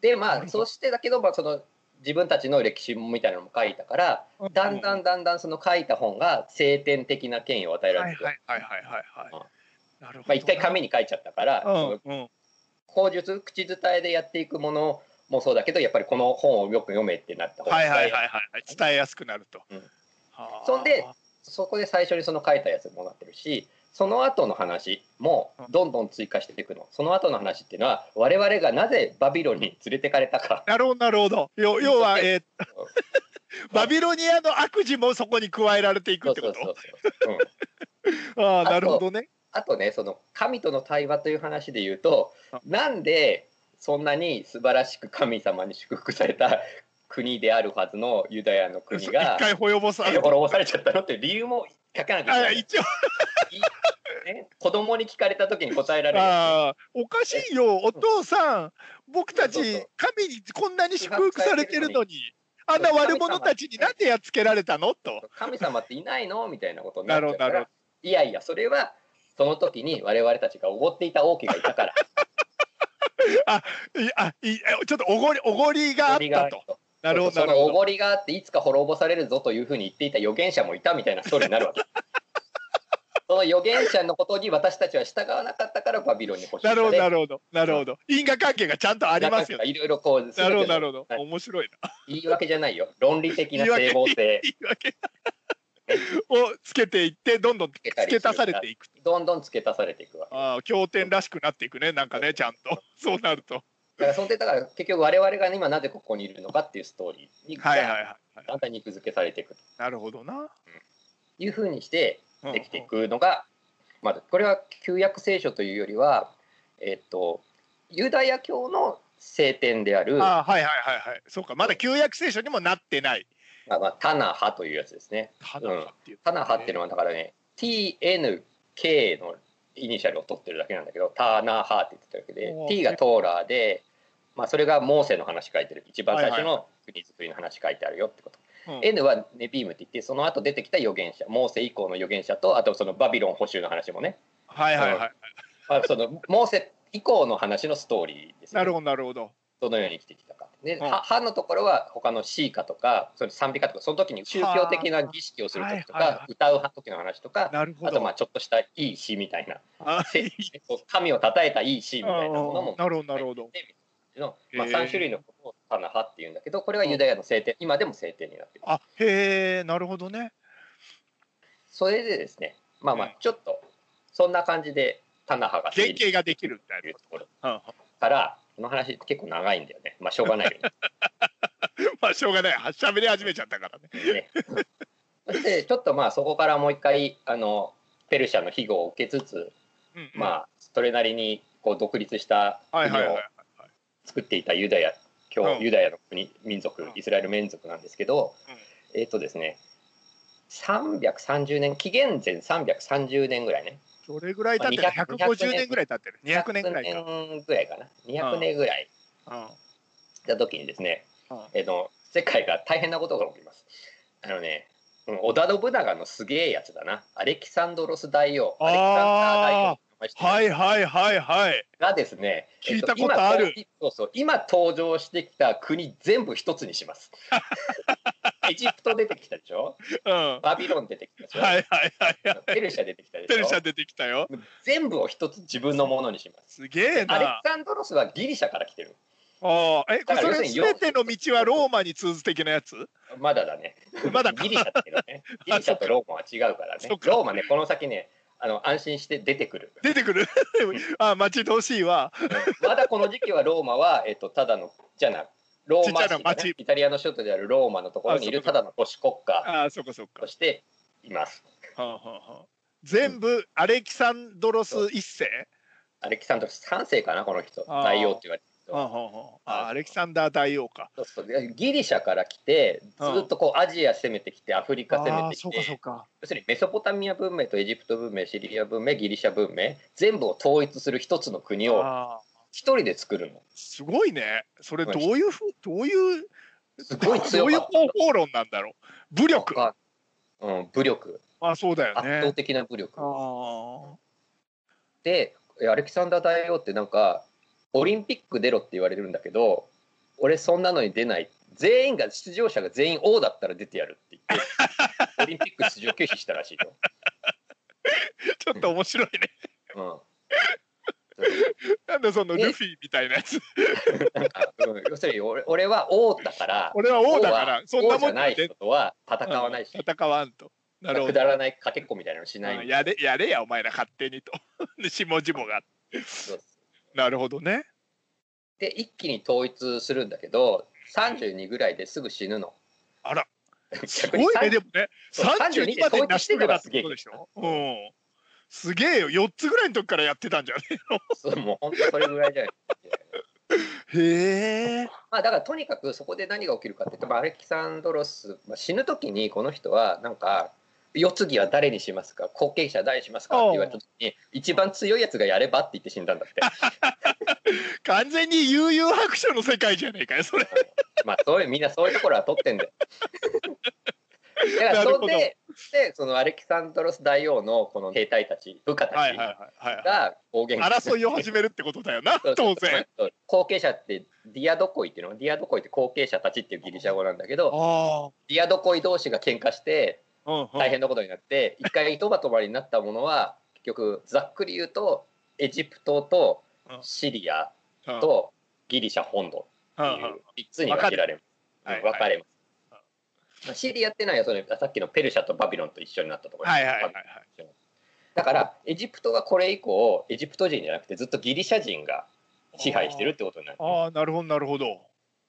Speaker 1: で
Speaker 2: なる
Speaker 1: ま
Speaker 2: ほ
Speaker 1: あ
Speaker 2: ど
Speaker 1: そうしてだけど、まあ、その自分たちの歴史みたいなのも書いたから
Speaker 2: ー。
Speaker 1: だんだんだんだんその書いた本が聖典的な権威を与え
Speaker 2: うん。
Speaker 1: られ
Speaker 2: はい
Speaker 1: てく
Speaker 2: は
Speaker 1: る
Speaker 2: いはいはいはい
Speaker 1: うん
Speaker 2: はい。なるほど。
Speaker 1: まあ一回紙に書いちゃったから、その
Speaker 2: うんうん。
Speaker 1: 口述口伝えでやっていくものもそうだけどやっぱりこの本をよく読めってなった方が
Speaker 2: はいはいは
Speaker 1: 伝え
Speaker 2: いはいはい。伝えやすくなると
Speaker 1: うん。
Speaker 2: はあ
Speaker 1: そんでそこで最初にその書いたやつもなってるしその後の話もどんどん追加していくのその後の話っていうのは我々がなぜバビロンに連れてかれたか
Speaker 2: なるほどなるほど。よ要はえーバビロニアの悪事もそこに加えられていく
Speaker 1: そう
Speaker 2: って
Speaker 1: そう
Speaker 2: こ
Speaker 1: そ
Speaker 2: と
Speaker 1: うそう、うん、
Speaker 2: ああ
Speaker 1: あと
Speaker 2: なるほどね
Speaker 1: あとねその神との対話という話で言うと
Speaker 2: あ
Speaker 1: なんでそんなに素晴らしく神様に祝福された国であるはずのユダヤの国
Speaker 2: 一
Speaker 1: が
Speaker 2: 回ほよぼさ
Speaker 1: [laughs]
Speaker 2: れ
Speaker 1: 滅
Speaker 2: て
Speaker 1: ぼされちゃったのっていう理由も書かなきゃいけ
Speaker 2: あ
Speaker 1: ない
Speaker 2: 一応
Speaker 1: ね子供に聞かれた時に答えられる
Speaker 2: ああおかしいよお父さん僕たち
Speaker 1: そうそうそう
Speaker 2: 神にこんなに祝福されてるのにあんな悪者たちになんでやっつけられたのと
Speaker 1: 神様っていないのみたいなことになっちゃうか
Speaker 2: なるほどなる
Speaker 1: らいやいやそれはその時に我々たちがおごっていた王家がいたから
Speaker 2: いあいちょっとおごりおごりが [laughs] あっ
Speaker 1: おごりがあ
Speaker 2: た
Speaker 1: る
Speaker 2: と
Speaker 1: と
Speaker 2: なるほど
Speaker 1: そ
Speaker 2: なる
Speaker 1: のお
Speaker 2: ほど
Speaker 1: ごりがあっていつか滅ぼされるぞというふうに言っていた預言者もいたみたいなストーリーになるわ
Speaker 2: [laughs]
Speaker 1: けその預言者のことに私たちは従わなかったからバビロンに保守
Speaker 2: な
Speaker 1: さ
Speaker 2: るほどな
Speaker 1: れ
Speaker 2: るほどなるほど因果関係がちゃんとありますよね
Speaker 1: いろいろこう
Speaker 2: なるほどな
Speaker 1: る
Speaker 2: るほど面
Speaker 1: [laughs]
Speaker 2: 白いな
Speaker 1: 言い訳じゃないよ論理的な整合性
Speaker 2: 言い訳をつけていってどんどんつ
Speaker 1: けたりす
Speaker 2: け
Speaker 1: る
Speaker 2: 足されていく
Speaker 1: どんどん付け足されていくわけ
Speaker 2: ああ、経典らしくなっていくね、なんかね、ちゃんと。そうなると。
Speaker 1: だからそんでだから結局我々が今なぜここにいるのかっていうストーリーに
Speaker 2: はいはいはいはい。
Speaker 1: だんだん肉付けされていくと
Speaker 2: なるほどな。
Speaker 1: いうふうにして
Speaker 2: うん
Speaker 1: できていくのが、まずこれは旧約聖書というよりは、えっと、ユダヤ教の聖典である
Speaker 2: ああ、はいはいはいはい。そうか、まだ旧約聖書にもなってない。
Speaker 1: まあまあ、タナハというやつですね。
Speaker 2: 花葉っていう。
Speaker 1: タナハっていうのはだからね、TNK のイニシャルを取ってるだけなんだけど、タナハって言ってたわけで
Speaker 2: おー、
Speaker 1: T がトーラーで、まあ、それがモーセの話書いてる、一番最初
Speaker 2: はい
Speaker 1: の国づくりの話書いてあるよってこと。
Speaker 2: うん
Speaker 1: N はネビームって言って、その後出てきた預言者、モーセ以降の預言者と、あとそのバビロン捕囚の話もね、
Speaker 2: はいはいはい。
Speaker 1: まあ、そのモーセ以降の話のストーリーです
Speaker 2: な
Speaker 1: よ
Speaker 2: る
Speaker 1: ね。
Speaker 2: ほどなるほど。
Speaker 1: どのように生きてきたか。で、
Speaker 2: うん
Speaker 1: は歯のところは他のシーカとか、その賛美歌とか、その時に宗教的な儀式をする時と
Speaker 2: はあはいはいは
Speaker 1: か、歌う時の話とか、
Speaker 2: なるほ
Speaker 1: あと
Speaker 2: ど。
Speaker 1: まあちょっとしたいい詩みた
Speaker 2: [laughs]
Speaker 1: いな、
Speaker 2: あ
Speaker 1: せこう神を称えたいい詩みたいなものも
Speaker 2: なるほどなるほど。
Speaker 1: の、まあ、
Speaker 2: へえ
Speaker 1: 3種類のことをタナハっていうんだけど、これはユダヤの聖典、今でも聖典になってる。
Speaker 2: あへえ、なるほどね。
Speaker 1: それでですね、まあま
Speaker 2: うん
Speaker 1: あちょっとそんな感じでタナハが
Speaker 2: 原
Speaker 1: 整理
Speaker 2: 型ができるみたい
Speaker 1: というところ
Speaker 2: な。うん
Speaker 1: から、この話結構長いんだよね。まあしょうがないよね。
Speaker 2: [laughs] まあしょうがない。はしゃべり始めちゃったからね。
Speaker 1: ねそしてちょっとまあそこからもう一回あのペルシャの庇護を受けつつ、
Speaker 2: うん
Speaker 1: まあそれなりにこう独立した
Speaker 2: あはい
Speaker 1: 国
Speaker 2: はい
Speaker 1: を
Speaker 2: はい
Speaker 1: 作っていたユダヤ
Speaker 2: う
Speaker 1: 教
Speaker 2: ん
Speaker 1: ユダヤの国民
Speaker 2: うん
Speaker 1: 族イスラエル民族なんですけど、えっ、とですね330年紀元前330年ぐらいね
Speaker 2: どれぐらい経ってる
Speaker 1: まあ200
Speaker 2: 150年ぐらい経ってる200年ぐらいか、
Speaker 1: 100年ぐらいかな200年ぐらいした時にですね、
Speaker 2: うんうん
Speaker 1: えっと世界が大変なことが起きますあのねうん織田信長のすげえやつだなアレキサンドロス大王アレキサンダー大王って名前知ってる
Speaker 2: はいはいはいはい
Speaker 1: がですね、
Speaker 2: 聞いたことある
Speaker 1: えっと今そうそう今登場してきた国全部一つにし
Speaker 2: [laughs]
Speaker 1: ます。エジプト出てきたでしょ
Speaker 2: うんはい
Speaker 1: バビロン出てきたでしょ、
Speaker 2: はいはい [laughs] はい
Speaker 1: ペルシャ出てきたで
Speaker 2: ペ
Speaker 1: し
Speaker 2: ルシャ
Speaker 1: ょ
Speaker 2: 出てきたよ
Speaker 1: 全部を一つ自分のものにします。
Speaker 2: すげえ
Speaker 1: アレ
Speaker 2: な
Speaker 1: キサンドロスはギリシャから来てる。
Speaker 2: ああえ
Speaker 1: だから
Speaker 2: そ
Speaker 1: 要する
Speaker 2: れ
Speaker 1: によ
Speaker 2: 全ての道はローマに通ず的なやつ
Speaker 1: まだだね。
Speaker 2: [laughs] まだか
Speaker 1: ギリシャだけど
Speaker 2: [laughs]
Speaker 1: ね。ギリシャとローマは違うからね
Speaker 2: そっ。か
Speaker 1: ローマね、この先ね、あの安心して出てくる。
Speaker 2: 出てくる [laughs] あ待ち遠しいわ
Speaker 1: まだこの時期はローマは、え [laughs] っと、ただの、じゃな、ローマ
Speaker 2: ちっち
Speaker 1: 市だ
Speaker 2: ゃな
Speaker 1: ね、
Speaker 2: 町
Speaker 1: イタリアの首都であるローマのところにい
Speaker 2: あ
Speaker 1: る
Speaker 2: そ
Speaker 1: た
Speaker 2: う
Speaker 1: だの都市国家
Speaker 2: ああそっかそっか
Speaker 1: としています。
Speaker 2: はあはあはあ全部アレキサンドロス一世
Speaker 1: アレキサンドロス3世かな、この人、
Speaker 2: あー
Speaker 1: 大王って言われてる
Speaker 2: はあ
Speaker 1: 人。
Speaker 2: はあはああアレキサンダー大王か
Speaker 1: そうそうでギリシャから来て、ず
Speaker 2: うん
Speaker 1: っとこうアジア攻めてきて、アフリカ攻
Speaker 2: あ
Speaker 1: め
Speaker 2: あ
Speaker 1: てき
Speaker 2: そうかそう
Speaker 1: て、
Speaker 2: か
Speaker 1: 要するにメソポタミア文明とエジプト文明、シリア文明、ギリシャ文明、全部を統一する一つの国を
Speaker 2: ああ
Speaker 1: 一人で作るの。
Speaker 2: すごいねそれどういうふうどういう
Speaker 1: すごい
Speaker 2: ど
Speaker 1: 強
Speaker 2: うい
Speaker 1: か
Speaker 2: う
Speaker 1: った
Speaker 2: 方法論なんだろう武力
Speaker 1: わかんうん、武力、
Speaker 2: あそうだよ
Speaker 1: 圧倒
Speaker 2: ね
Speaker 1: 的な武力。
Speaker 2: ああ
Speaker 1: でえアレキサンダー大王ってなんかオリンピック出ろって言われるんだけど俺そんなのに出ない全員が出場者が全員王だったら出てやるって言
Speaker 2: [laughs]
Speaker 1: ってオリンピック出場拒否したらしいと。
Speaker 2: [laughs] ちょっと面白いね
Speaker 1: うん
Speaker 2: なんだその
Speaker 1: え
Speaker 2: ルフィみたいなやつ
Speaker 1: なんかうん要するに俺俺は王だから
Speaker 2: 俺は王だからそん
Speaker 1: 王
Speaker 2: な
Speaker 1: は王じ
Speaker 2: も
Speaker 1: ゃ
Speaker 2: ん
Speaker 1: ない人
Speaker 2: で
Speaker 1: とは戦わないし、
Speaker 2: 戦わんとなるほ
Speaker 1: く
Speaker 2: ど
Speaker 1: だらないかけっこみたいなのしない、
Speaker 2: うんやれやれやお前ら勝手にと [laughs] で下々が
Speaker 1: そうです
Speaker 2: なるほ
Speaker 1: [laughs]
Speaker 2: どね
Speaker 1: で一気に統一するんだけど32ぐらいですぐ死ぬの。 [laughs]
Speaker 2: あらす
Speaker 1: 逆に
Speaker 2: ごいね
Speaker 1: 30
Speaker 2: でもね
Speaker 1: そう
Speaker 2: 32
Speaker 1: 32
Speaker 2: ま
Speaker 1: ま
Speaker 2: で
Speaker 1: で成
Speaker 2: 成し
Speaker 1: し遂
Speaker 2: 遂げ
Speaker 1: げ
Speaker 2: た
Speaker 1: た
Speaker 2: っ
Speaker 1: っててこ
Speaker 2: こ
Speaker 1: とと
Speaker 2: で
Speaker 1: で
Speaker 2: し
Speaker 1: し
Speaker 2: ょ
Speaker 1: ょ、
Speaker 2: うん、すげえよ4つぐらいの時からやってた
Speaker 1: [laughs]
Speaker 2: んじゃね
Speaker 1: そうもう本当それぐらいじゃ [laughs] ない
Speaker 2: へえ
Speaker 1: まあ、だからとにかくそこで何が起きるかっていうと、まあ、アレキサンドロス、まあ、死ぬ時にこの人はなんか世継ぎは誰にしますか後継者誰にしますかって言われた時に一番強いやつがやればって言って死んだんだって [laughs]
Speaker 2: 完全に悠々白書の世界じゃねえかよ
Speaker 1: [laughs]
Speaker 2: それ
Speaker 1: まあそういうみんなそういうところは取って
Speaker 2: [laughs]
Speaker 1: んだよだから
Speaker 2: なるほ
Speaker 1: そ
Speaker 2: ど
Speaker 1: れででそのアレキサンドロス大王のこの兵隊たち部下た
Speaker 2: はい
Speaker 1: ち
Speaker 2: はいはいは
Speaker 1: が暴
Speaker 2: い
Speaker 1: 言
Speaker 2: 争いを始めるってことだよな
Speaker 1: [laughs] そう
Speaker 2: 当然
Speaker 1: そう後継者ってディアドコイっていうのディアドコイって後継者たちっていうギリシャ語なんだけど
Speaker 2: あ
Speaker 1: ディアドコイ同士が喧嘩して
Speaker 2: あ、うんうん、
Speaker 1: 大変なことになって一回一まとまりになったものは結局ざっくり言うとエジプトとシリア
Speaker 2: うん
Speaker 1: とギリシャ本土っていう3つに分けられます。
Speaker 2: うんうん
Speaker 1: うん分かれ
Speaker 2: は
Speaker 1: ますまあシリアってのはそれさっきのペルシャとバビロンと一緒になったところ
Speaker 2: はいはいはいはい
Speaker 1: だからエジプトがこれ以降エジプト人じゃなくてずっとギリシャ人が支配してるってことになる。
Speaker 2: ああなるほどなるほど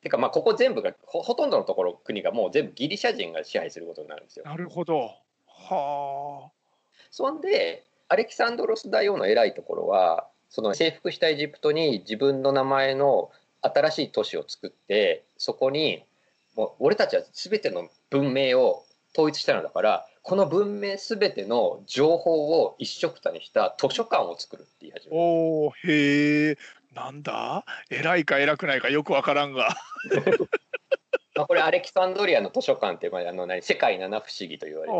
Speaker 1: てかまあここ全部がほほとんどのところ国がもう全部ギリシャ人が支配することになるんですよ。
Speaker 2: なるほどは
Speaker 1: そんでアレキサンドロス大王の偉いところはその征服したエジプトに自分の名前の新しい都市を作ってそこにもう俺たちは全ての文明を統一したのだからこの文明全ての情報を一緒くたにした図書館を作るって言い始
Speaker 2: あ
Speaker 1: め
Speaker 2: おおへえなんだ偉いか偉くないかよくわからんが
Speaker 1: た、まあ、これアレキサンドリアの図書館ってまああの何世界七不思議と言われてる
Speaker 2: お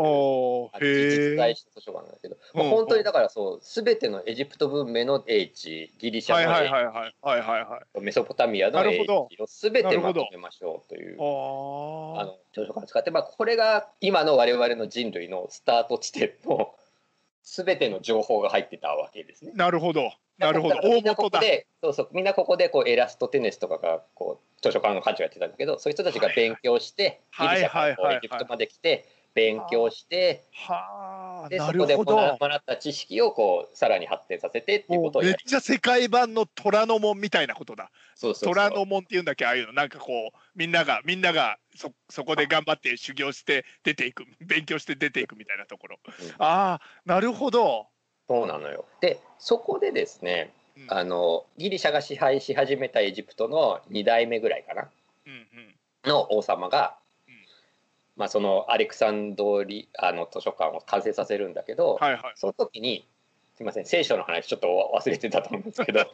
Speaker 2: お
Speaker 1: あの
Speaker 2: へ
Speaker 1: 実在
Speaker 2: え
Speaker 1: した図書館なんだけど、
Speaker 2: うん
Speaker 1: まあ、本当にだからそう全てのエジプト文明の英知ギリシャ
Speaker 2: はい
Speaker 1: の
Speaker 2: はい
Speaker 1: 英知
Speaker 2: はいはいはいはいはい
Speaker 1: メソポタミアの
Speaker 2: なるほ
Speaker 1: 英知
Speaker 2: ど
Speaker 1: を全てまとめましょうというあ
Speaker 2: ああ
Speaker 1: の図書館を使って、まあ、これが今の我々の人類のスタート地点の [laughs] 全ての情報が入ってたわけですね。
Speaker 2: なるほどなるほど
Speaker 1: だから
Speaker 2: 大
Speaker 1: みんなこ
Speaker 2: 元
Speaker 1: こ
Speaker 2: だ
Speaker 1: でそうそうみんなここでこうエラストテネスとかがこう図書館の館長やってたんだけどそういう人たちが勉強してギ
Speaker 2: は
Speaker 1: リ
Speaker 2: い
Speaker 1: シャからこ
Speaker 2: は
Speaker 1: う
Speaker 2: いはいはい
Speaker 1: エジプトまで来て勉強して
Speaker 2: はあ
Speaker 1: で
Speaker 2: な
Speaker 1: そ
Speaker 2: る
Speaker 1: こで
Speaker 2: ほど
Speaker 1: 学った知識をこうさらに発展させてっていう
Speaker 2: も
Speaker 1: ことを
Speaker 2: うめ
Speaker 1: や
Speaker 2: っ
Speaker 1: る
Speaker 2: ちゃ世界版の虎ノ門みたいなことだ
Speaker 1: そうそうそう
Speaker 2: 虎ノ門っていうんだっけああいうのなんかこうみんながみんながそそこで頑張って修行して出ていく勉強して出ていくみたいなところ、
Speaker 1: うん
Speaker 2: ああなるほど、
Speaker 1: そうなのよでそこでですね
Speaker 2: うん
Speaker 1: あのギリシャが支配し始めたエジプトの2代目ぐらいかな
Speaker 2: うんうん
Speaker 1: の王様が
Speaker 2: うん、
Speaker 1: まあ、そのアレクサンドリあの図書館を完成させるんだけど、
Speaker 2: はいはい
Speaker 1: その時にすいません聖書の話ちょっと忘れてたと思うんですけ
Speaker 2: [laughs]
Speaker 1: ど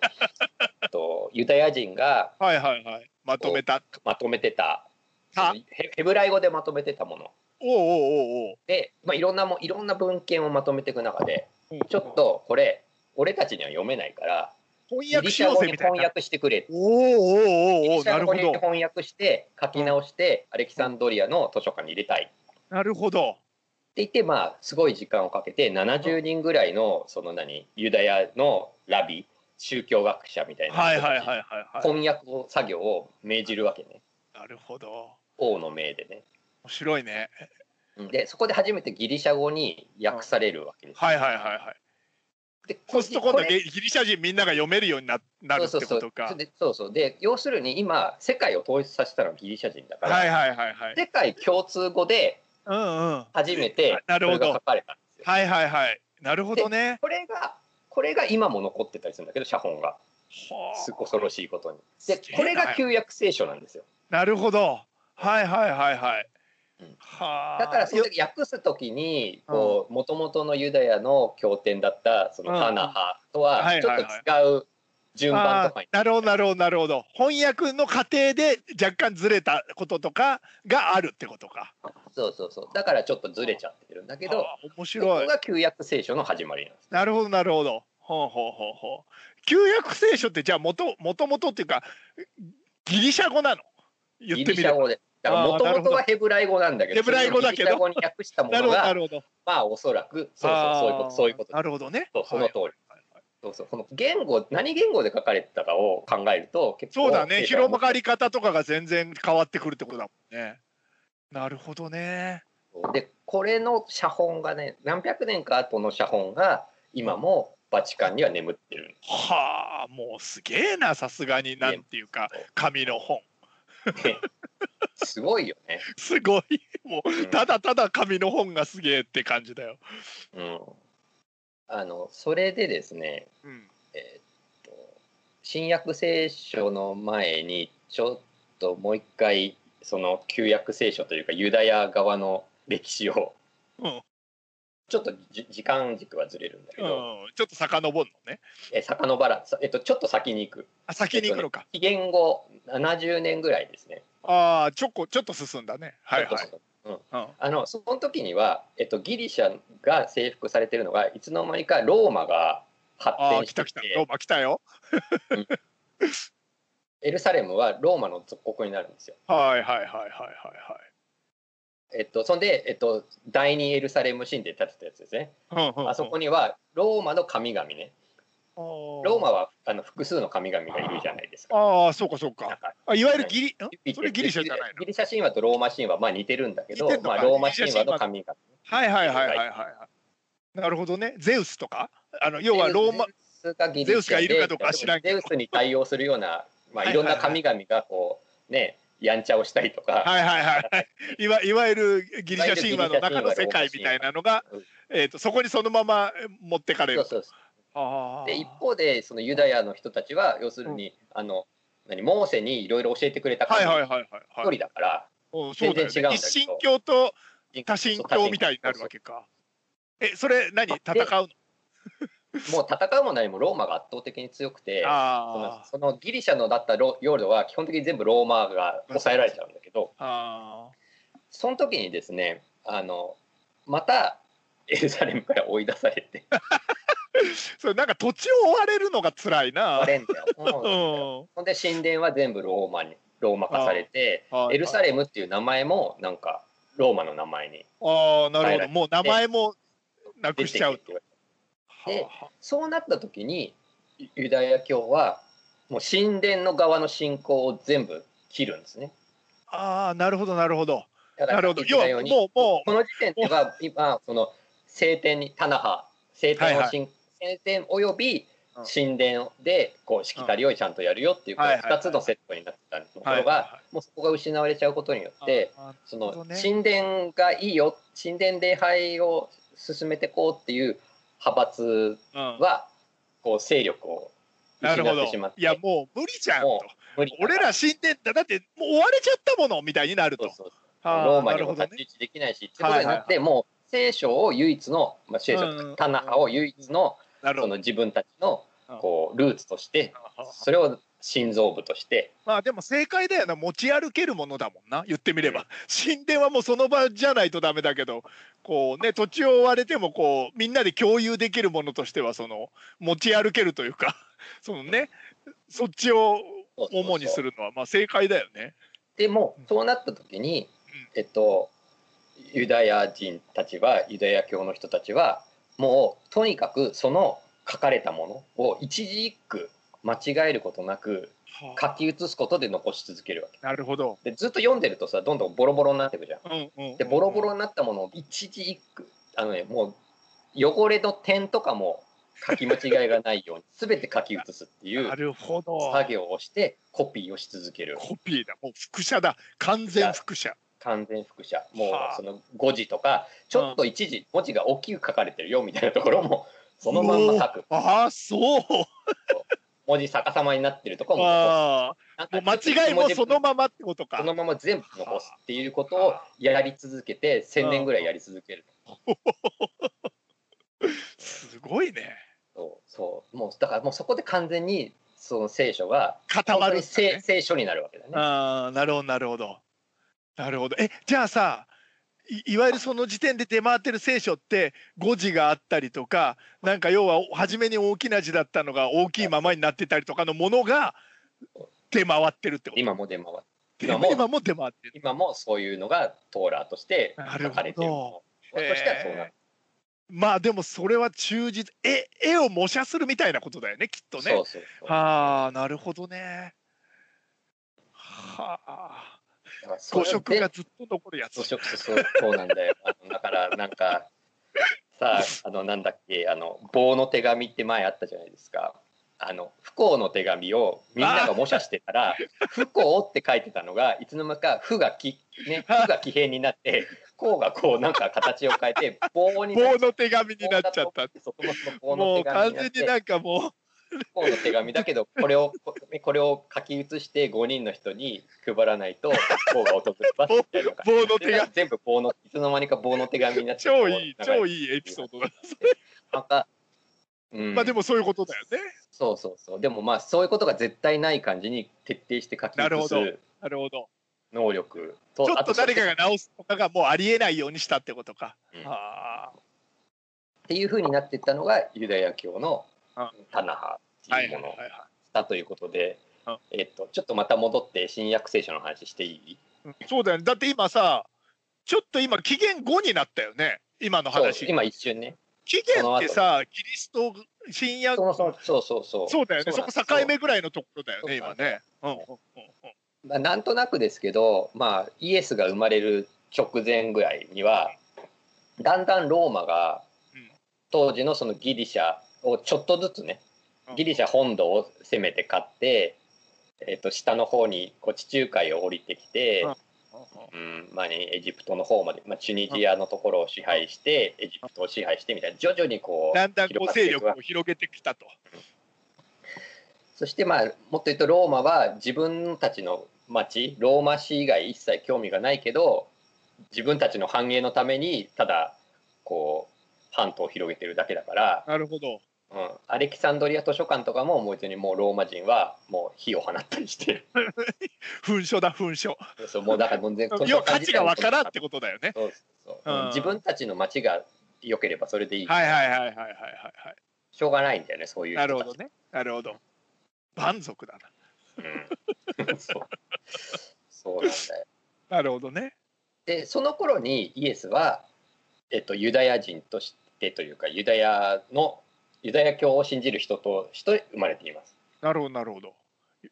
Speaker 1: あとユダヤ人が
Speaker 2: はいはいはいまとめた
Speaker 1: まとめてた
Speaker 2: あ
Speaker 1: ヘヘブライ語でまとめてたもの
Speaker 2: おうおうおうおう
Speaker 1: で、まあ、いろんなもんいろんな文献をまとめていく中で
Speaker 2: うん
Speaker 1: ちょっとこれ俺たちには読めないから
Speaker 2: 翻
Speaker 1: ギ
Speaker 2: 訳
Speaker 1: リ
Speaker 2: し
Speaker 1: シャ
Speaker 2: よう
Speaker 1: 語
Speaker 2: ぜ
Speaker 1: に
Speaker 2: みたい
Speaker 1: 翻
Speaker 2: な
Speaker 1: 訳してくれって
Speaker 2: おうおうおうおう
Speaker 1: ギリシ
Speaker 2: な
Speaker 1: ャ
Speaker 2: る
Speaker 1: 語
Speaker 2: ほ
Speaker 1: に
Speaker 2: ど
Speaker 1: 翻訳して書き直してアレキサンドリアの図書館に入れたい
Speaker 2: なるほど
Speaker 1: って言ってまあすごい時間をかけて70人ぐらいのその何ユダヤのラビ宗教学者みたいな
Speaker 2: はいはいはい
Speaker 1: い
Speaker 2: はいはい
Speaker 1: 翻訳を作業を命じるわけね
Speaker 2: なるほど
Speaker 1: 王の命でね
Speaker 2: 面白いね
Speaker 1: うんでそこで初めてギリシャ語に訳されるわけですよ、
Speaker 2: はいはいはいはい
Speaker 1: で
Speaker 2: そうすると今度
Speaker 1: これ
Speaker 2: ギリシャ人みんなが読めるようにななるって
Speaker 1: そう
Speaker 2: こと
Speaker 1: そ
Speaker 2: か
Speaker 1: うそうでそうそうで要するに今世界を統一させたのはギリシャ人だから、
Speaker 2: はいはいはいはい
Speaker 1: 世界共通語で
Speaker 2: うんうん
Speaker 1: 初めて
Speaker 2: あな
Speaker 1: そ
Speaker 2: るほ
Speaker 1: れ
Speaker 2: ど
Speaker 1: が書かれたんですよ
Speaker 2: はいはいはいなるほどね
Speaker 1: これがこれが今も残ってたりするんだけど写本がす
Speaker 2: はあ
Speaker 1: 恐ろしいことにです
Speaker 2: げえな
Speaker 1: これが旧約聖書なんですよ
Speaker 2: なるほどはいはいはいはい
Speaker 1: うん
Speaker 2: はあ
Speaker 1: だからそ
Speaker 2: よ
Speaker 1: の時訳す時にこう元々のユダヤの経典だったその
Speaker 2: うん
Speaker 1: タナハと
Speaker 2: は
Speaker 1: はいちょ
Speaker 2: はい
Speaker 1: っ
Speaker 2: はい
Speaker 1: と違う順番とか
Speaker 2: あ
Speaker 1: に
Speaker 2: ーなるほどなるほどなるほど翻訳の過程で若干ずれたこととかがあるってことか
Speaker 1: そうそうそうだからちょっとずれちゃってるんだけど
Speaker 2: はあ面
Speaker 1: ここ
Speaker 2: 白い
Speaker 1: が旧約聖書の始まりなんです
Speaker 2: なるほどなるほどほうほうほうほう旧約聖書ってじゃあもともともとっていうかギリシャ語なの言
Speaker 1: ギ
Speaker 2: って
Speaker 1: リ
Speaker 2: み
Speaker 1: シ
Speaker 2: れ
Speaker 1: ャ
Speaker 2: ば
Speaker 1: 語でだから元
Speaker 2: あーなるほ
Speaker 1: 々
Speaker 2: ど
Speaker 1: はヘブライ語なんだけど
Speaker 2: ヘブライ語だけ
Speaker 1: そ
Speaker 2: ど
Speaker 1: れをギリシャ語に訳したも
Speaker 2: なる
Speaker 1: の
Speaker 2: ほどな
Speaker 1: が
Speaker 2: るほど
Speaker 1: まあおそらくそうそうそういうことそういうこと
Speaker 2: なるほどね
Speaker 1: そうその通り
Speaker 2: はいはい
Speaker 1: そうそうその言語何言語で書かれてたかを考えると結構
Speaker 2: そうだね
Speaker 1: 聖書は
Speaker 2: 広がり方とかが全然変わってくるってことだもんねなるほどね
Speaker 1: でこれの写本がね何百年か後の写本が今もバチカンには眠って
Speaker 2: [laughs]
Speaker 1: る
Speaker 2: はあもうすげえなさすがになんていうか紙の本
Speaker 1: んですごいよね、
Speaker 2: すごい [laughs] もう
Speaker 1: うん
Speaker 2: ただただ紙の本がすげえって感じだよ、
Speaker 1: うん、あのそれでですね、
Speaker 2: うん、
Speaker 1: えーっと新約聖書の前にちょっともう一回その旧約聖書というかユダヤ側の歴史を、
Speaker 2: うん
Speaker 1: ちょっとじ時間軸はずれるんだけ
Speaker 2: うん
Speaker 1: ど、、
Speaker 2: ちょっと遡るのね
Speaker 1: え遡らさえっと、ちょっと先に行く
Speaker 2: あ先に行くのか、
Speaker 1: 紀元後70年ぐらいですね
Speaker 2: ああちょこちょっと進んだねはいはい、
Speaker 1: うん、
Speaker 2: うん、
Speaker 1: あのその時には、えっと、ギリシャが征服されてるのがいつの間にかローマが発
Speaker 2: ああ
Speaker 1: 展
Speaker 2: 来
Speaker 1: したて
Speaker 2: 来
Speaker 1: き
Speaker 2: た
Speaker 1: て
Speaker 2: ローマ来たよ
Speaker 1: エルサレムはローマの属国になるんですよ。
Speaker 2: はいはいはいはいはいはい
Speaker 1: えっと、そんで、えっと、第二エルサレム神殿建てたやつですね。
Speaker 2: あ
Speaker 1: あそこにはローマの神々ね。ローマはあの複数の神々がいるじゃないですか。
Speaker 2: ああそうかそう
Speaker 1: なん
Speaker 2: か
Speaker 1: か
Speaker 2: あいわゆるギリ
Speaker 1: ギ
Speaker 2: んそれギリシャじゃないの
Speaker 1: ギリシャ神話とローマ神話、まあ、似てるんだけど
Speaker 2: 似てん、の
Speaker 1: ま
Speaker 2: か
Speaker 1: あ、ローマ神話の神々。
Speaker 2: はいはいはいはいはいはいなるほどねゼウスとかあの要はローマ
Speaker 1: ゼウスがギリシャで
Speaker 2: ゼウスがいるかどうかは知らんけ
Speaker 1: ゼ
Speaker 2: ど
Speaker 1: ウスに対応するような、ま
Speaker 2: はいはいは
Speaker 1: あ、
Speaker 2: い
Speaker 1: いろんな神々がこうねやんちゃをしたりとか、
Speaker 2: はいはいはいはいいわいわゆるギリシャ神話の中の世界みたいなのが
Speaker 1: うん、
Speaker 2: えー、とそこにそのまま持ってかれ
Speaker 1: そ
Speaker 2: る
Speaker 1: うそうそ
Speaker 2: あ
Speaker 1: う
Speaker 2: ー
Speaker 1: で一方でそのユダヤの人たちは要するに、あの何モーセにいろいろ教えてくれた
Speaker 2: はいはい
Speaker 1: 神
Speaker 2: はいはい
Speaker 1: 一
Speaker 2: はい
Speaker 1: 人だから、
Speaker 2: うんそうだ
Speaker 1: 全
Speaker 2: よ
Speaker 1: 然違うんだけど
Speaker 2: ね一神教と多神教みたいになるわけかえそれ何戦うの
Speaker 1: そうそうもう戦うも何もローマが圧倒的に強くてその
Speaker 2: あー
Speaker 1: そのギリシャのだったロ領土は基本的に全部ローマが抑えられちゃうんだけど
Speaker 2: あ
Speaker 1: その時にですねあのまたエルサレムから追い出されて
Speaker 2: ーそれなんか土地を追われるのが辛いな
Speaker 1: バレンタインそうなんだよ
Speaker 2: うん
Speaker 1: ほんで神殿は全部ローマにローマ化されて
Speaker 2: あー
Speaker 1: エルサレムっていう名前もなんかローマの名前に
Speaker 2: ああなるほどもう名前もな
Speaker 1: 出
Speaker 2: く
Speaker 1: て
Speaker 2: し
Speaker 1: き
Speaker 2: ち
Speaker 1: て
Speaker 2: ゃ
Speaker 1: っ
Speaker 2: う
Speaker 1: て言われてで
Speaker 2: はあはあ
Speaker 1: そうなった時にユダヤ教はもう神殿の側の信仰を全部切るんですね。
Speaker 2: あーなるほどなるほど
Speaker 1: だから
Speaker 2: なるほど
Speaker 1: 言っ
Speaker 2: 要
Speaker 1: たよ
Speaker 2: は
Speaker 1: うに
Speaker 2: もうもう
Speaker 1: この時点では今その聖典に棚派聖典をしん、聖典および
Speaker 2: うん
Speaker 1: 神殿でこうしきたりをちゃんとやるよっていうこう
Speaker 2: はいはいは
Speaker 1: 2
Speaker 2: い
Speaker 1: つのセットになってたところ
Speaker 2: はいはい
Speaker 1: がもうそこが失われちゃうことによって
Speaker 2: あーなる
Speaker 1: そ
Speaker 2: ほど
Speaker 1: の
Speaker 2: ね
Speaker 1: 神殿がいいよ神殿礼拝を進めてこうっていう派閥
Speaker 2: うん
Speaker 1: はこう勢力を
Speaker 2: な
Speaker 1: 失
Speaker 2: るほ
Speaker 1: って
Speaker 2: ど
Speaker 1: しまっ。
Speaker 2: い
Speaker 1: て
Speaker 2: やもう無理じゃん
Speaker 1: も
Speaker 2: と。
Speaker 1: う無理
Speaker 2: 俺ら死んでだだってもう追われちゃったものみたいになる
Speaker 1: そう
Speaker 2: と。
Speaker 1: そう
Speaker 2: あー
Speaker 1: ローマ
Speaker 2: な
Speaker 1: に
Speaker 2: る
Speaker 1: も
Speaker 2: ほど
Speaker 1: 立
Speaker 2: ね
Speaker 1: ち位置できないしってことになってもう聖書を唯一のまあ聖書
Speaker 2: うん
Speaker 1: タナ派を唯一の
Speaker 2: なる
Speaker 1: そ
Speaker 2: ほ
Speaker 1: の
Speaker 2: ど。
Speaker 1: 自分たちのこうルーツとしてそれを心臓部として
Speaker 2: まあでも正解だよな持ち歩けるものだもんな言ってみれば神殿はもうその場じゃないとダメだけどこうね土地を追われてもこうみんなで共有できるものとしてはその持ち歩けるというか [laughs] そのねそっちを
Speaker 1: そうそうそう
Speaker 2: 主にするのはまあ正解だよね。
Speaker 1: でも
Speaker 2: うん
Speaker 1: そうなった時にえっとユダヤ人たちはユダヤ教の人たちはもうとにかくその書かれたものを一字一句間違えることなく書き写すことで残し続けるわけ
Speaker 2: なるほど。
Speaker 1: でずっと読んでるとさどんどんボロボロになってくじゃん。
Speaker 2: うんうん、
Speaker 1: でボロボロになったものを一字一句あのねもう汚れの点とかも書き間違いがないように全て書き写すってい
Speaker 2: な
Speaker 1: う
Speaker 2: るほど。
Speaker 1: 作業をしてコピーをし続ける
Speaker 2: コピーだ。もう副写だ。完全副写。
Speaker 1: 完全複写もう
Speaker 2: はあ
Speaker 1: その5字とかちょっと一字文字が大きく書かれてるよみたいなところもそのまんま書く
Speaker 2: ああ、そう。
Speaker 1: 文字逆さまになってるとこも残す
Speaker 2: あ
Speaker 1: なん
Speaker 2: あ、
Speaker 1: か
Speaker 2: もう間違いもそのままってこと
Speaker 1: そ
Speaker 2: か。
Speaker 1: のまま全部残すっていうことをやり続けて1,000年ぐらいやり続ける
Speaker 2: すごいね。
Speaker 1: そうそうもうだからもうそこで完全にその聖書が
Speaker 2: 固
Speaker 1: 本
Speaker 2: ま
Speaker 1: 当
Speaker 2: る
Speaker 1: に
Speaker 2: んだね、
Speaker 1: 聖聖書になるわけだね。
Speaker 2: ああ、なるほど、なるほど。なるほど。え、じゃあさ、いいわゆるその時点で出回ってる聖書って誤字があったりとかなんか要は初めに大きな字だったのが大きいままになってたりとかのものが出回ってるってこと
Speaker 1: 今も出回って
Speaker 2: 今
Speaker 1: 今
Speaker 2: も
Speaker 1: も
Speaker 2: 出回ってる
Speaker 1: 今もそういうのがトーラーとして書かれているもの
Speaker 2: なる
Speaker 1: と
Speaker 2: ほど
Speaker 1: してはそうなる、
Speaker 2: まあでもそれは忠実絵絵を模写するみたいなことだよねきっとね。
Speaker 1: そうそうそうだ
Speaker 2: はあなるほどね。はあ
Speaker 1: からそ
Speaker 2: 誤
Speaker 1: れ
Speaker 2: 色が
Speaker 1: で
Speaker 2: ずっと残るやつ
Speaker 1: 誤。植そうそうなんだよ [laughs] あのだからなんかさああのなんだっけあの棒の手紙って前あったじゃないですかあの不幸の手紙をみんなが模写してた
Speaker 2: [laughs]
Speaker 1: ら不幸って書いてたのがいつの間にか不がき
Speaker 2: [laughs]
Speaker 1: ね不が奇変になってこうがこうなんか形を変えて棒になっ
Speaker 2: 棒の手紙になっちゃった。
Speaker 1: そこもその棒の
Speaker 2: もう
Speaker 1: 手紙
Speaker 2: 完
Speaker 1: になっ
Speaker 2: 全
Speaker 1: て
Speaker 2: になんかも
Speaker 1: 方の手紙だけどこれをここれを書き写して5人の人に配らない
Speaker 2: [laughs]
Speaker 1: と棒が訪れますみたいなのが
Speaker 2: う棒の手紙
Speaker 1: 全部棒のいつの間にか棒の手紙になって
Speaker 2: 超いい超
Speaker 1: い
Speaker 2: いいエピソードだ。
Speaker 1: なんか、うん
Speaker 2: まあでもそういうことだよね。
Speaker 1: そうそうそうでもまあそういうことが絶対ない感じに徹底して書き
Speaker 2: なるほ
Speaker 1: 写
Speaker 2: ど
Speaker 1: す
Speaker 2: なるほど。
Speaker 1: 能力
Speaker 2: ち
Speaker 1: と
Speaker 2: ょっと誰か
Speaker 1: あ
Speaker 2: が直すとかがもうありえないようにしたってことか。
Speaker 1: うん
Speaker 2: はあ
Speaker 1: っていうふうになっていったのがユダヤ教のタナハっ
Speaker 2: は
Speaker 1: てい
Speaker 2: いうはい
Speaker 1: も
Speaker 2: はい
Speaker 1: の
Speaker 2: はい。
Speaker 1: だということで
Speaker 2: うん、
Speaker 1: えっと、ちょっとまた戻って新約聖書の話していい
Speaker 2: うんそうだよね。だって今さ、ちょっと今期限後になったよね。今の
Speaker 1: そう
Speaker 2: 話。
Speaker 1: 今一瞬ね
Speaker 2: 期限ってさ、キリスト新約
Speaker 1: そもそもそうそうそう
Speaker 2: そうだよね。そ
Speaker 1: なん
Speaker 2: こ
Speaker 1: です
Speaker 2: 境目ぐらいのところだよね。
Speaker 1: そう
Speaker 2: 今ね。うんうん
Speaker 1: まあ、なんとなくですけど、まあ、イエスが生まれる直前ぐらいにはだんだんローマが
Speaker 2: うん
Speaker 1: 当時のそのギリシャをちょっとずつね
Speaker 2: うん
Speaker 1: ギリシャ本土を攻めて勝って、えっと下の方にこう地中海を降りてきて、うんまあね、エジプトの方まで、まあ、チュニジアのところを支配してエジプトを支配してみたいな徐々にこう
Speaker 2: だんだんこ
Speaker 1: 広がっ
Speaker 2: う
Speaker 1: て
Speaker 2: 勢
Speaker 1: いく
Speaker 2: 力を広げてきたと。
Speaker 1: そしてまあもっと言うとローマは自分たちの町ローマ市以外一切興味がないけど自分たちの繁栄のためにただこう半島を広げてるだけだから、
Speaker 2: なるほど。
Speaker 1: うん、アレキサンドリア図書館とかももう別にもうローマ人はもう火を放ったりして
Speaker 2: [laughs] 噴書だ噴書。
Speaker 1: そうもうだからもう全
Speaker 2: [laughs] 要は価値がわからんって
Speaker 1: こ
Speaker 2: ことだよね。
Speaker 1: とそうそうそう、
Speaker 2: うん
Speaker 1: 自分たちの町が良ければそれでいい、
Speaker 2: はいはいはいはいはいはいは
Speaker 1: しょうがないんだよねそうい
Speaker 2: い。
Speaker 1: う
Speaker 2: な
Speaker 1: 人たち
Speaker 2: るほどね。なるほど。満足だな。
Speaker 1: うん、 [laughs] そうそうなんだよ
Speaker 2: なるほどね。
Speaker 1: でその頃にイエスは、えっと、ユダヤ人としてというかユダヤのユダヤ教を信じる人として生まれています。
Speaker 2: [laughs] なるほどなるほど。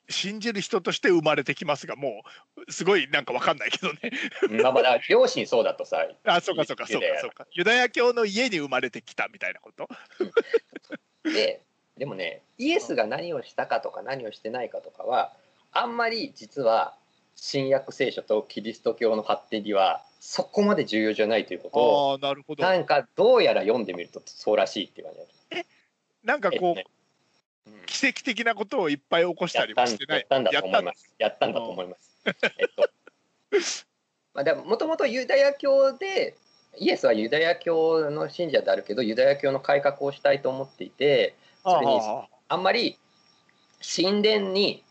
Speaker 2: 信じる人として生まれてきますがもうすごいなんかわかんないけどね [laughs]
Speaker 1: まあまあだから両親そうだとさ
Speaker 2: あそうかそうかそうかそうかユダヤ教の家に生まれてきたみたいなこと
Speaker 1: ででもねイエスが何をしたかとか何をしてないかとかはあんまり実は新約聖書とキリスト教の発展にはそこまで重要じゃないということを
Speaker 2: ああなるほど
Speaker 1: なんかどうやら読んでみるとそうらしいって言われる。
Speaker 2: なんかこ
Speaker 1: えっと
Speaker 2: う
Speaker 1: ねうん
Speaker 2: 奇跡的なことをいっぱい起こしたりもしてない
Speaker 1: やったんだと思い
Speaker 2: やっ
Speaker 1: ます。やったんだと思います。えっと、 [laughs] まあでももともとユダヤ教でイエスはユダヤ教の信者であるけどユダヤ教の改革をしたいと思っていて
Speaker 2: た
Speaker 1: それに
Speaker 2: ああ
Speaker 1: あんまり神殿に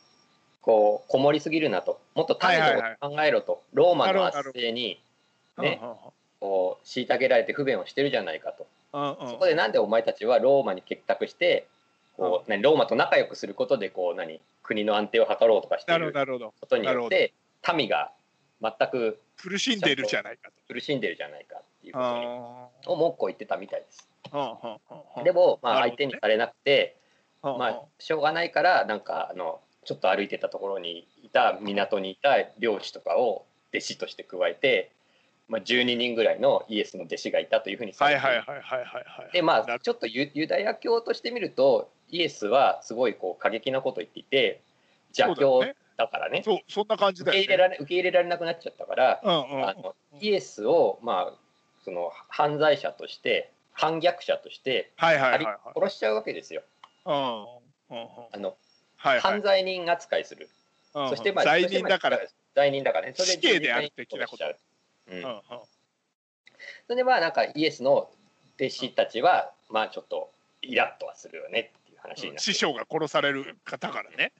Speaker 1: こうこもりすぎるなともっと民のことを考えろと、ローマの圧政に
Speaker 2: ああ
Speaker 1: ねこう虐げられて不便をしてるじゃないかと
Speaker 2: うんうん
Speaker 1: そこでなんでお前たちはローマに結託してこう何ローマと仲良くすることでこう何国の安定を図ろうとかしてい
Speaker 2: なるほ
Speaker 1: る
Speaker 2: どなるほど
Speaker 1: ことによって民が全く
Speaker 2: 苦しんでるじゃないか
Speaker 1: 苦しんでるじゃないかっていう
Speaker 2: と
Speaker 1: ことに
Speaker 2: あ
Speaker 1: を文句を言ってたみたいです。
Speaker 2: あああああ
Speaker 1: でも、まあ、
Speaker 2: なる
Speaker 1: 相
Speaker 2: ほどね
Speaker 1: 手にされなくて、
Speaker 2: ああ
Speaker 1: まあ、しょうがないからなんかあのちょっと歩いてたところにいた港にいた漁師とかを弟子として加えて、まあ、12人ぐらいのイエスの弟子がいたというふうにさ
Speaker 2: は
Speaker 1: れ
Speaker 2: い
Speaker 1: て
Speaker 2: はいはいはいはいはい
Speaker 1: でま
Speaker 2: な
Speaker 1: あちょっとユユダヤ教としてみるとイエスはすごいこう過激なこと言っていて邪
Speaker 2: そう
Speaker 1: 教
Speaker 2: だよね
Speaker 1: だからね
Speaker 2: そうそんな感じ
Speaker 1: 受
Speaker 2: だ
Speaker 1: け
Speaker 2: よ
Speaker 1: 入れ
Speaker 2: ね
Speaker 1: られ受け入れられなくなっちゃったから、
Speaker 2: うんうん
Speaker 1: あのイエスをまあその犯罪者として反逆者として
Speaker 2: はいはいは
Speaker 1: あ
Speaker 2: い
Speaker 1: り
Speaker 2: はい
Speaker 1: 殺しちゃうわけですよ。
Speaker 2: うんうんうん
Speaker 1: あの
Speaker 2: はいはい
Speaker 1: 犯罪人扱いする、
Speaker 2: うんうん
Speaker 1: そしてまあ
Speaker 2: 罪人だから
Speaker 1: そしてまあ罪人だからねそれ
Speaker 2: 死刑である的なこと
Speaker 1: 殺しちゃううん
Speaker 2: うんうん
Speaker 1: それでまあなんかイエスの弟子たちはまあちょっとイラッとはするよねっていう話になって
Speaker 2: 師匠が殺される方からね。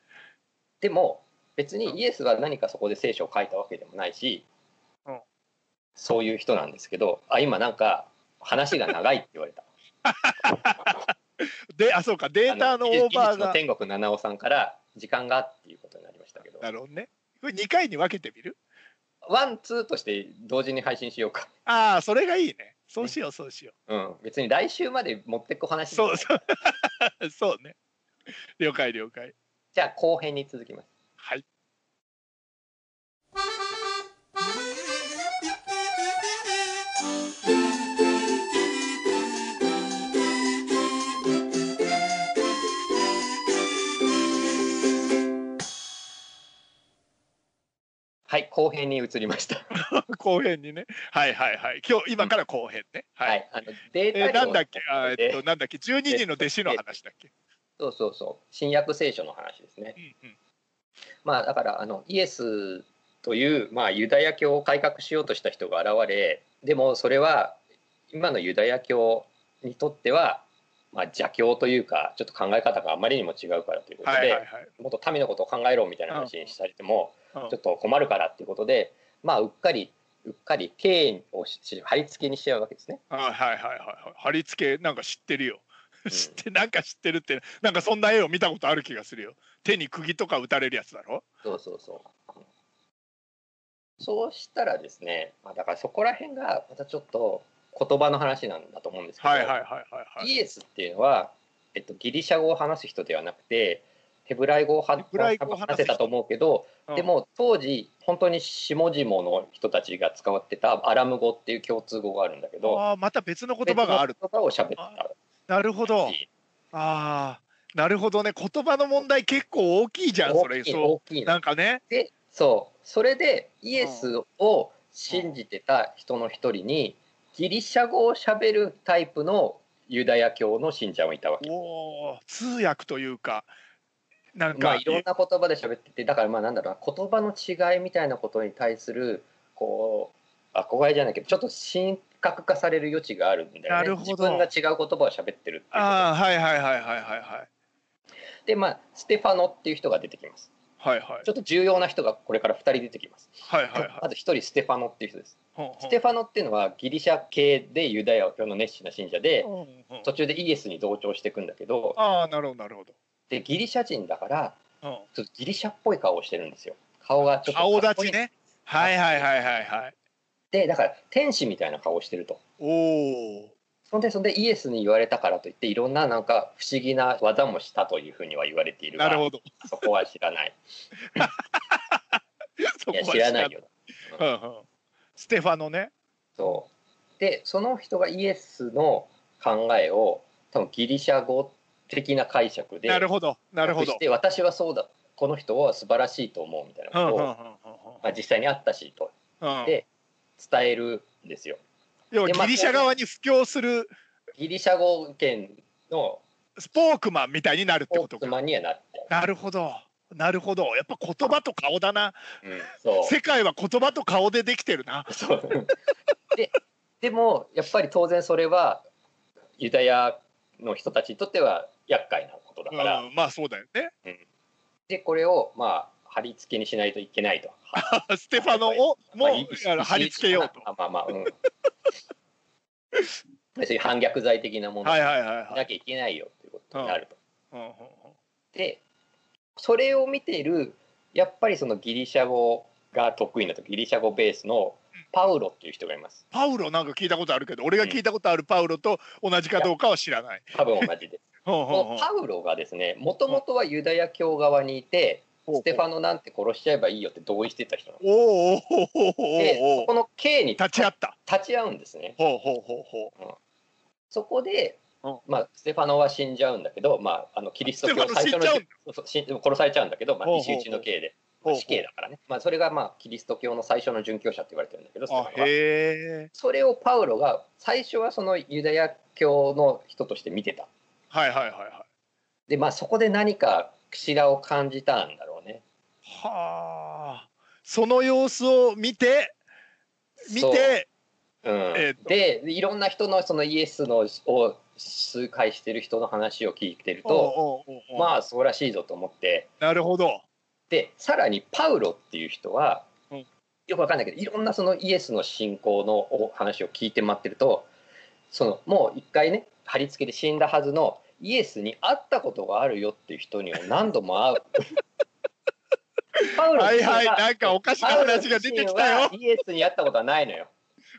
Speaker 1: でも別にイエスは何かそこで聖書を書いたわけでもないし、
Speaker 2: うん
Speaker 1: そういう人なんですけどあ今なんか話が長いって言われた
Speaker 2: で、あ、そうか、データのオー
Speaker 1: あの
Speaker 2: バ
Speaker 1: 技術
Speaker 2: ー
Speaker 1: の
Speaker 2: が。
Speaker 1: 天国七尾さんから時間がっていうことになりましたけど
Speaker 2: なるほどね。これ2回に分けてみる
Speaker 1: ワンツーとして同時に配信しようか、
Speaker 2: ああ、それがいいね。そうしよう、そうしよ
Speaker 1: うん、別に来週まで持ってく話
Speaker 2: う。
Speaker 1: じゃな
Speaker 2: そ
Speaker 1: いう
Speaker 2: そう。 [laughs] そうね。了解、了解。
Speaker 1: じゃあ後編に続きます
Speaker 2: はい。 [laughs]
Speaker 1: はい後編に移りました
Speaker 2: 後編にね。はいはいはい。今日、今から後編ね。
Speaker 1: は
Speaker 2: はい。
Speaker 1: いあのデータ
Speaker 2: えー
Speaker 1: 量
Speaker 2: なんだっけあーえっ
Speaker 1: で
Speaker 2: と、なんだっけ ?12 人の弟子の話だっけ
Speaker 1: そうそうそう新約聖書の話ですね
Speaker 2: うんうん。
Speaker 1: まあだからあのイエスという、まあ、ユダヤ教を改革しようとした人が現れでもそれは今のユダヤ教にとっては、まあ、邪教というかちょっと考え方があまりにも違うからということで、
Speaker 2: はいはいはい。
Speaker 1: もっと民のことを考えろみたいな話にされても
Speaker 2: うん
Speaker 1: ちょっと困るからっていうことで、まあ、うっかりうっかり刑をしし貼り付けにしちゃうわけですね。
Speaker 2: あはいはいはいはい。貼り付けなんか知ってるよ。
Speaker 1: ん
Speaker 2: 知ってなんか知ってるってなんかそんな絵を見たことある気がするよ。手に釘とか打たれるやつだろ。
Speaker 1: そうそうそう。そうしたらですね、まあ、だからそこら辺がまたちょっと言葉の話なんだと思うんですけど、
Speaker 2: はいはいはいはいはい。
Speaker 1: イエスっていうのは、えっと、ギリシャ語を話す人ではなくてヘブライ語をは
Speaker 2: ヘブライ語を話す人
Speaker 1: 話せたと思うけど、
Speaker 2: うん
Speaker 1: でも当時本当に下々の人たちが使ってたアラム語っていう共通語があるんだけど
Speaker 2: ああまた別の言葉がある。
Speaker 1: 別の言葉を喋ってた
Speaker 2: なるほど。
Speaker 1: し
Speaker 2: ああなるほどね。言葉の問題結構大きいじゃんそ
Speaker 1: 大
Speaker 2: れ。
Speaker 1: きい
Speaker 2: そ
Speaker 1: 大きいう
Speaker 2: なんかね。
Speaker 1: でそうそれでイエスを信じてた人の一人にギリシャ語を喋るタイプのユダヤ教の信者もいたわけ。
Speaker 2: おお通訳というかなん
Speaker 1: まあ、
Speaker 2: か
Speaker 1: いろんな言葉で喋っててだからまあなんだろうな言葉の違いみたいなことに対するこう憧れじゃないけどちょっと神格化される余地があるんだよね
Speaker 2: なるほど
Speaker 1: 自分が違う言葉を喋ってるっていう
Speaker 2: あ
Speaker 1: こ
Speaker 2: あはいはいはいはいはいはい
Speaker 1: とでまあステファノっていう人が出てきます
Speaker 2: はいはい
Speaker 1: ちょっと重要な人がこれから2人出てきます、
Speaker 2: はいはいはい
Speaker 1: まず1人ステファノっていう人です
Speaker 2: ほんほん。
Speaker 1: ステファノっていうのはギリシャ系でユダヤ教の熱心な信者で
Speaker 2: うんうん
Speaker 1: 途中でイエスに同調していくんだけど
Speaker 2: ああなるほどなるほど
Speaker 1: でギリシャ人だから
Speaker 2: うん。
Speaker 1: ちょっとギリシャっぽい顔をしてるんですよ顔がちょっとかっこい
Speaker 2: 顔
Speaker 1: い
Speaker 2: 立ちね。はいはいはいはいはい。
Speaker 1: でだから天使みたいな顔をしてると
Speaker 2: おお。
Speaker 1: そんでそんでイエスに言われたからといっていろんななんか不思議な技もしたというふうには言われている
Speaker 2: なる
Speaker 1: が
Speaker 2: ほど。
Speaker 1: そこは知ら
Speaker 2: [laughs]
Speaker 1: ない
Speaker 2: そ
Speaker 1: いや知らない。よ
Speaker 2: うんうん、ステファノね。
Speaker 1: そうでその人がイエスの考えを多分ギリシャ語的な解釈で
Speaker 2: なるほど。なるほ
Speaker 1: 訳
Speaker 2: ど
Speaker 1: し。て私はそうだこの人は素晴らしいと思うみたいな
Speaker 2: うん
Speaker 1: こと
Speaker 2: う
Speaker 1: を、
Speaker 2: んうん
Speaker 1: まあ、実際にあったしと
Speaker 2: うんうん。
Speaker 1: で伝えるんですよ。
Speaker 2: 要は
Speaker 1: でまあ
Speaker 2: ギリシャ側に布教する
Speaker 1: ギリシャ語圏の
Speaker 2: スポークマンみたいになるって
Speaker 1: オ
Speaker 2: こ
Speaker 1: ー
Speaker 2: と
Speaker 1: ク
Speaker 2: か。
Speaker 1: マンにはなって
Speaker 2: なるほど。なるほど。やっぱ言葉と顔だな。
Speaker 1: る、うん、そう
Speaker 2: 世界は言葉と顔でできてるな。
Speaker 1: そう [laughs] ででもやっぱり当然それはユダヤの人たちにとっては厄介なことだから、
Speaker 2: うん、まあそうだよね。
Speaker 1: でこれをまあ貼り付けにしないといけないと。
Speaker 2: ステファノを [laughs] も
Speaker 1: ま
Speaker 2: う
Speaker 1: あい
Speaker 2: あの貼り付けようと。
Speaker 1: あまあまあ、うん。 [laughs] 要するに反逆罪的なものを
Speaker 2: は
Speaker 1: し
Speaker 2: いはいはいは。
Speaker 1: ないきゃいけないよということになると。
Speaker 2: うんうんうん
Speaker 1: でそれを見ているやっぱりそのギリシャ語が得意なとギリシャ語ベースのパウロっていう人がいます。
Speaker 2: パウロなんか聞いたことあるけど、俺が聞いたことあるパウロと同じかどうかは知らない。
Speaker 1: 多分同じです。
Speaker 2: うん [laughs] うん
Speaker 1: こ
Speaker 2: うん
Speaker 1: のパウロがですねもともとはユダヤ教側にいてステファノなんて殺しちゃえばいいよって同意してた人なの。
Speaker 2: おーおーおーお
Speaker 1: で
Speaker 2: ーおー
Speaker 1: そこの刑に立
Speaker 2: 立ち会った。
Speaker 1: ち会うんですね。
Speaker 2: ほうほうほうほ
Speaker 1: そこで
Speaker 2: うん、
Speaker 1: まあ、ステファノは死んじゃうんだけど、まあ、あのキリスト教
Speaker 2: ステ
Speaker 1: 最
Speaker 2: ファ
Speaker 1: 初
Speaker 2: ノ死んじゃう
Speaker 1: のそうそう死ん殺されちゃうんだけど、まあ、
Speaker 2: ほうほうほ
Speaker 1: 西
Speaker 2: う
Speaker 1: 打ちの刑で、
Speaker 2: うほう。
Speaker 1: 死刑だからね、まあ、それが、まあ、キリスト教の最初の殉教者って言われてるんだけどステフ
Speaker 2: あ
Speaker 1: ァノは
Speaker 2: へえ。
Speaker 1: それをパウロが最初はそのユダヤ教の人として見てた
Speaker 2: はいはいはいはい。
Speaker 1: で、まあ、そこで何か柱を感じたんだろうね
Speaker 2: はあ。その様子を見て見
Speaker 1: そう
Speaker 2: て
Speaker 1: うん
Speaker 2: えーと
Speaker 1: でいろんな人のそのイエスのを崇拝してる人の話を聞いてると
Speaker 2: おうおうおうおう
Speaker 1: まあそうらしいぞと思って
Speaker 2: なるほど。
Speaker 1: でさらにパウロっていう人は、
Speaker 2: うん
Speaker 1: よくわかんないけどいろんなそのイエスの信仰のお話を聞いて待ってるとそのもう一回ね貼り付けて死んだはずのイエスに会ったことがあるよっていう人には何度
Speaker 2: [laughs]
Speaker 1: も会う。パウロ
Speaker 2: は
Speaker 1: 自
Speaker 2: い
Speaker 1: 身は
Speaker 2: はい。なんかおかしな話が出てきた
Speaker 1: パウロ
Speaker 2: よ
Speaker 1: 自。身はイエスに会ったことはないのよ。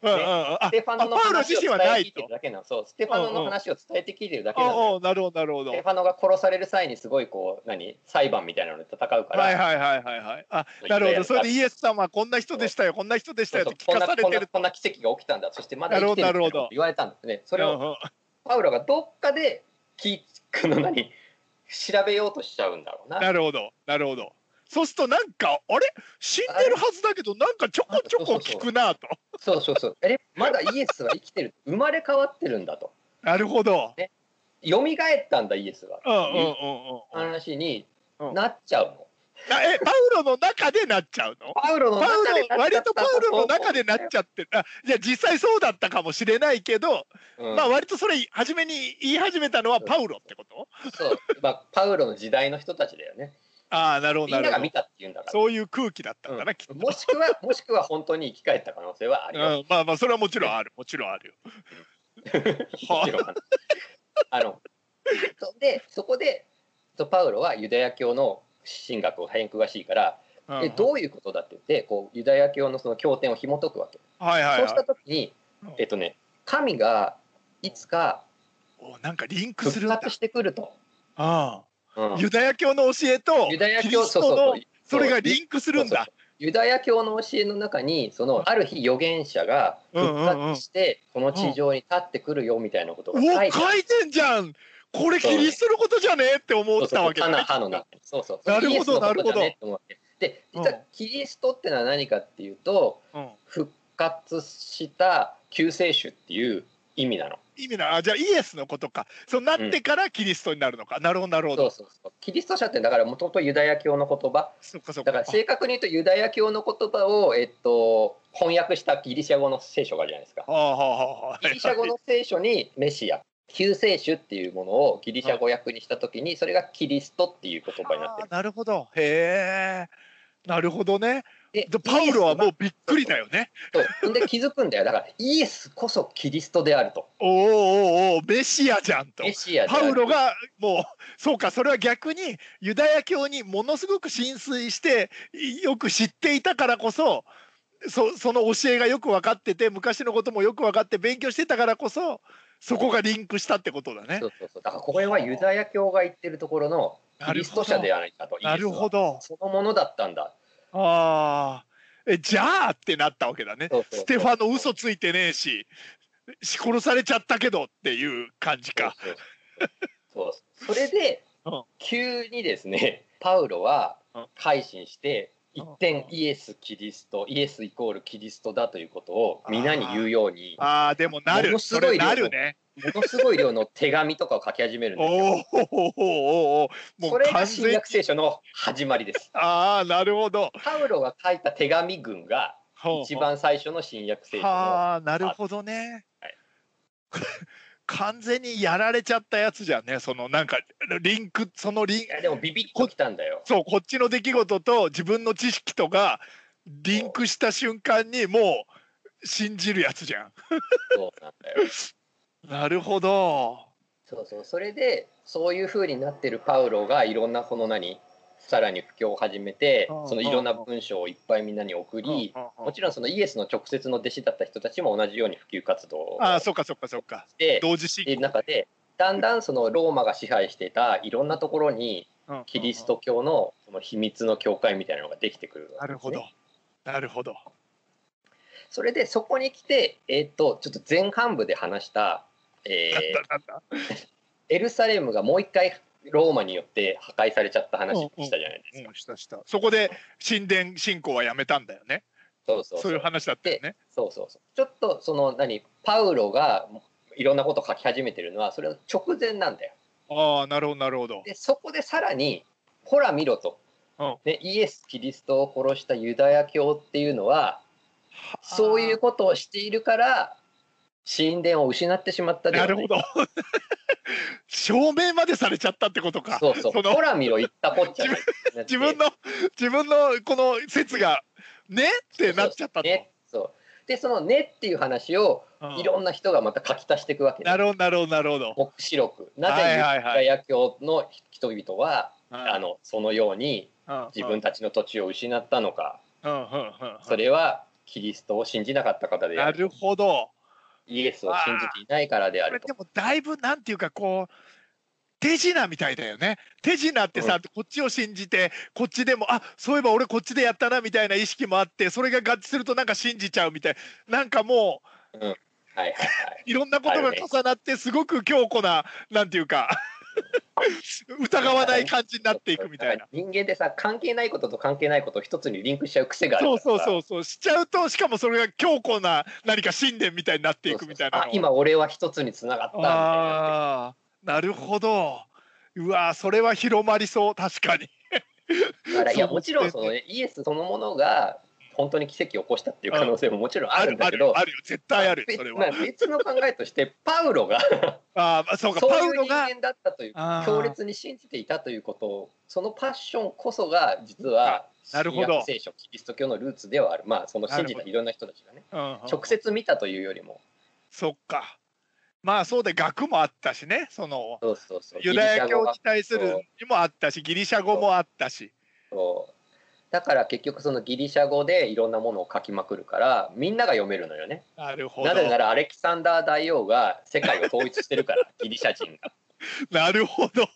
Speaker 2: うんうんうんああ
Speaker 1: ステファノの
Speaker 2: パウロ
Speaker 1: 話
Speaker 2: 自
Speaker 1: を伝
Speaker 2: 身は
Speaker 1: え
Speaker 2: ない
Speaker 1: 聞いて
Speaker 2: と
Speaker 1: る。だけなのそうステファノの話を伝えて聞いてるだけなの
Speaker 2: おうおうなるほどなるほ
Speaker 1: ス
Speaker 2: ど。は
Speaker 1: テ
Speaker 2: い
Speaker 1: ファノが殺される際にすごいこう何裁判みたいなので戦うから、
Speaker 2: はいはいはいはい。あなるほど。それでイエス様はこんな人でしたよこんな人でした
Speaker 1: そう
Speaker 2: よ
Speaker 1: そ
Speaker 2: っ
Speaker 1: う
Speaker 2: て
Speaker 1: こん
Speaker 2: 聞
Speaker 1: な
Speaker 2: かされ
Speaker 1: こん
Speaker 2: て
Speaker 1: な
Speaker 2: る。
Speaker 1: こんな奇跡が起きたんだそしてまだ生きてる
Speaker 2: な
Speaker 1: って
Speaker 2: る
Speaker 1: こ
Speaker 2: ほど
Speaker 1: とを言われたんですねそれ
Speaker 2: うん
Speaker 1: を
Speaker 2: うん
Speaker 1: パウロがどっかで聞くの何調べようとしちゃうんだろうな
Speaker 2: なるほど、なるほど。そうするとなんかあれ死んでるはずだけどなんかちょこちょこ聞くなと。
Speaker 1: そうそうそうあれまだイエスは生きてる生まれ変わってるんだと
Speaker 2: なるほど。
Speaker 1: 蘇ったんだイエスは
Speaker 2: うんうんうんうん。
Speaker 1: 話に
Speaker 2: うん
Speaker 1: なっちゃうの
Speaker 2: なえパウロの中でなっちゃうの？
Speaker 1: パウロの
Speaker 2: パウ
Speaker 1: 中で
Speaker 2: ロ割とパウロの中でなっ
Speaker 1: ゃ
Speaker 2: ちゃってる。あじゃあ実際そうだったかもしれないけど、
Speaker 1: う、うん
Speaker 2: まあ割とそれ初めに言い始めたのはパウロってこと？
Speaker 1: そう、まあ、パウロの時代の人たちだよね。
Speaker 2: ああなるほ
Speaker 1: み
Speaker 2: ど
Speaker 1: んな
Speaker 2: なる
Speaker 1: が
Speaker 2: ほど
Speaker 1: 見。たっていうんだから。
Speaker 2: そういう空気だったんだな、きっと。
Speaker 1: もしくは、もしくは本当に生き返った可能性はあ
Speaker 2: う
Speaker 1: るよ。
Speaker 2: ん、まあまあそれはもちろんあるもちろんあるよ。は
Speaker 1: もちろんあの、そで、そこで、そうパウロはユダヤ教の神学を大変詳しいから、
Speaker 2: あ、
Speaker 1: えどういうことだって言って、こうユダヤ教のその経典を紐解くわけ。
Speaker 2: はいはい
Speaker 1: そう
Speaker 2: は
Speaker 1: した
Speaker 2: い。
Speaker 1: ときに
Speaker 2: うん、
Speaker 1: えっとね、神がいつか
Speaker 2: おなんかリンク
Speaker 1: 復
Speaker 2: するんだ。
Speaker 1: 活してくると。
Speaker 2: ああ。
Speaker 1: うん
Speaker 2: ユダヤ教の教えと
Speaker 1: ユダヤ
Speaker 2: キ
Speaker 1: 教、
Speaker 2: リストのそれが
Speaker 1: リ
Speaker 2: リンクするん
Speaker 1: そう
Speaker 2: だ
Speaker 1: そ。ユダヤ教の教えの中にそのある日預言者が復活してこの地上に立ってくるよみたいなこと
Speaker 2: う
Speaker 1: が
Speaker 2: わ
Speaker 1: 書いてある
Speaker 2: 書いてんじゃん。これ
Speaker 1: そ
Speaker 2: キ
Speaker 1: う
Speaker 2: リストのことじゃねえって思
Speaker 1: そう
Speaker 2: っ
Speaker 1: そう
Speaker 2: たわけ
Speaker 1: 歯
Speaker 2: だ
Speaker 1: の
Speaker 2: ね。
Speaker 1: 歯の中にそうそう
Speaker 2: なるほど
Speaker 1: イエスのことだねって思ってで実
Speaker 2: う
Speaker 1: は
Speaker 2: ん
Speaker 1: キリストってのは何かっていうと
Speaker 2: うん
Speaker 1: 復活した救世主っていう意味なの
Speaker 2: 意味なあじゃあイエスのことか。そうなってからキリストになるのか。なるほどなるほ
Speaker 1: そう
Speaker 2: ど。
Speaker 1: そうそうキリスト者ってだからもともとユダヤ教の言葉
Speaker 2: そっかそっ
Speaker 1: だ
Speaker 2: か。
Speaker 1: から正確に言うとユダヤ教の言葉を、えっと、翻訳したギリシャ語の聖書があるじゃないですか
Speaker 2: あ。はあはあはあ。
Speaker 1: ギリシャ語の聖書にメシア救世主っていうものをギリシャ語訳にした時にそれがキリストっていう言葉になって
Speaker 2: あ
Speaker 1: る
Speaker 2: ー。なるほど。へえ。なるほどね。
Speaker 1: で
Speaker 2: でパウロはも
Speaker 1: う
Speaker 2: うびっくりだよね。
Speaker 1: そんで気づくんだよだからイエスこそキリストであると
Speaker 2: おーおーおーメシアじゃんと。
Speaker 1: メシアであ
Speaker 2: パ
Speaker 1: る
Speaker 2: ウロがもうそうかそれは逆にユダヤ教にものすごく浸水していよく知っていたからこそそその教えがよく分かってて昔のこともよく分かって勉強してたからこそそこがリンクしたってことだね
Speaker 1: そ。うそうそうだからこれはユダヤ教が言ってるところのキリスト者ではないかと
Speaker 2: なるほ
Speaker 1: ど
Speaker 2: ど。
Speaker 1: そのものだったんだ
Speaker 2: ああ。え、じゃあってなったわけだね。
Speaker 1: そうそうそう
Speaker 2: [laughs] ステファノ嘘ついてねえし、し殺されちゃったけどっていう感じか。
Speaker 1: そうそうそうそれで
Speaker 2: うん
Speaker 1: 急にですねパウロは
Speaker 2: うん
Speaker 1: 改心して一
Speaker 2: う
Speaker 1: 点
Speaker 2: ん
Speaker 1: イエス・キリストイエスイコールキリストだということを皆に言うようにも
Speaker 2: ああ、でもな
Speaker 1: も
Speaker 2: る。
Speaker 1: のす
Speaker 2: そ
Speaker 1: ご
Speaker 2: れ
Speaker 1: い量
Speaker 2: なるね。
Speaker 1: のすごい量の手紙とかを書き始めるん
Speaker 2: お
Speaker 1: です
Speaker 2: お
Speaker 1: よ。
Speaker 2: おお [laughs] おおも
Speaker 1: そうれ
Speaker 2: 完
Speaker 1: が新
Speaker 2: 全に
Speaker 1: 約。聖書の始まりです。
Speaker 2: ああ、なるほど。
Speaker 1: パウロが書いた手紙群が一番最初の新約聖書の
Speaker 2: はあ、なるほどね
Speaker 1: はい。
Speaker 2: [laughs] 完全にやられちゃったやつじゃんね。そのなんかリンクそのリン
Speaker 1: いやでもビビッときたんだよ。
Speaker 2: そうこっちの出来事と自分の知識とがリンクした瞬間にもう信じるやつじゃん。
Speaker 1: そうなんだよ。
Speaker 2: なるほど。
Speaker 1: そうそう。それでそういう風になってるパウロがいろんなこの何さらに布教を始めて
Speaker 2: うん
Speaker 1: そのいろんな文章をいっぱいみんなに送りもちろんそのイエスの直接の弟子だった人たちも同じように普及活動を
Speaker 2: ああ
Speaker 1: し
Speaker 2: そっかそっかそっか。
Speaker 1: て
Speaker 2: 同時進
Speaker 1: いる中でだんだんそのローマが支配してたいろんなところに
Speaker 2: 行
Speaker 1: キリス。ト教のその秘密の教会みたいなのができてくる
Speaker 2: うんうんうん
Speaker 1: わけ
Speaker 2: なる
Speaker 1: です
Speaker 2: ほ
Speaker 1: ね
Speaker 2: ど。なるほど。
Speaker 1: それでそこに来て、えー、とちょっと前半部で話した、えー
Speaker 2: なんだなんだ
Speaker 1: エルサレムがもう一回ローマによって破壊されちゃった話したじゃないですか。
Speaker 2: うんしたした。そこで神殿信仰はやめたんだよね。
Speaker 1: そうそうそ
Speaker 2: そう
Speaker 1: う
Speaker 2: いう話だったよね。
Speaker 1: そうそうそうちょっとその何パウロがいろんなこと書き始めてるのはそれの直前なんだよ。
Speaker 2: ああなるほどなるほど。
Speaker 1: でそこでさらにほら見ろと、
Speaker 2: うん
Speaker 1: ね、イエス・キリストを殺したユダヤ教っていうのはそういうことをしているから神殿を失ってしまったで
Speaker 2: な
Speaker 1: はな
Speaker 2: る
Speaker 1: い
Speaker 2: ほど。 [laughs] 証明までされちゃったってことか。
Speaker 1: そうそう
Speaker 2: その
Speaker 1: ほら見ろ言ったこっちゃない
Speaker 2: 自分の自分のこの説がねってなっちゃったと。
Speaker 1: ねそうでその「ね」っていう話を
Speaker 2: うん
Speaker 1: いろんな人がまた書き足していくわけで
Speaker 2: なるほどなるほどなるほど。
Speaker 1: 黙示録なぜ
Speaker 2: はい
Speaker 1: ユ
Speaker 2: はいは
Speaker 1: ダ
Speaker 2: い
Speaker 1: ヤ教の人々はあのそのように
Speaker 2: の
Speaker 1: 自分たちの土地を失ったのかそ
Speaker 2: そ
Speaker 1: れはキリストを信じなかったからであ
Speaker 2: な
Speaker 1: る
Speaker 2: るほど。
Speaker 1: イエスを信じていないからであ
Speaker 2: これ
Speaker 1: ると
Speaker 2: でもだいぶなんていうかこう手品みたいだよね手品ってさ、
Speaker 1: う
Speaker 2: こっちを信じてこっちでもあそういえば俺こっちでやったなみたいな意識もあってそれが合致するとなんか信じちゃうみたいなんかも
Speaker 1: はいはいはい。
Speaker 2: ういろんなことが重なってすごく強固ななんてい
Speaker 1: [laughs]
Speaker 2: うか疑わない感じになっていくみたいな。
Speaker 1: 人間ってさ関係ないことと関係ないことを一つにリンクしちゃう癖があるか
Speaker 2: そ
Speaker 1: ら
Speaker 2: う
Speaker 1: さ
Speaker 2: そうそうそうしちゃうとしかもそれが強固な何か信念みたいになっていくみたいなの
Speaker 1: あ今俺は一つにつながったみたいな
Speaker 2: あーなるほどうわーそれは広まりそう確かに
Speaker 1: だからいや
Speaker 2: そう
Speaker 1: もちろんその、ね、イエスそのものが本当に奇跡を起こしたっていう可能性ももちろんあるんだけど
Speaker 2: あるあるよ絶対あるそれ
Speaker 1: まあ
Speaker 2: は
Speaker 1: 別の考えとしてパウロが
Speaker 2: ああそうか
Speaker 1: そう
Speaker 2: パ
Speaker 1: い
Speaker 2: ウ
Speaker 1: う
Speaker 2: ロ
Speaker 1: 人
Speaker 2: が
Speaker 1: 間だったという
Speaker 2: あー
Speaker 1: 強烈に信じていたということをそのパッションこそが実は
Speaker 2: あなる
Speaker 1: 新
Speaker 2: ほど
Speaker 1: 約聖書キリスト教のルーツではあるまあその信じ
Speaker 2: なる
Speaker 1: た
Speaker 2: ほ
Speaker 1: いろんな人たちがね
Speaker 2: うんうん
Speaker 1: 直接見たというよりも
Speaker 2: そっかまあそうで学もあったしねその
Speaker 1: そうそうそう
Speaker 2: ユダヤ
Speaker 1: ギリシャ
Speaker 2: 教
Speaker 1: 語が
Speaker 2: に対するにもあったしギリシャ語もあったし
Speaker 1: そうだから結局そのギリシャ語でいろんなものを書きまくるからみんなが読めるのよね
Speaker 2: なるほど
Speaker 1: なぜならアレキサンダー大王が世界を統一してるから
Speaker 2: [laughs]
Speaker 1: ギリシャ人が
Speaker 2: なるほど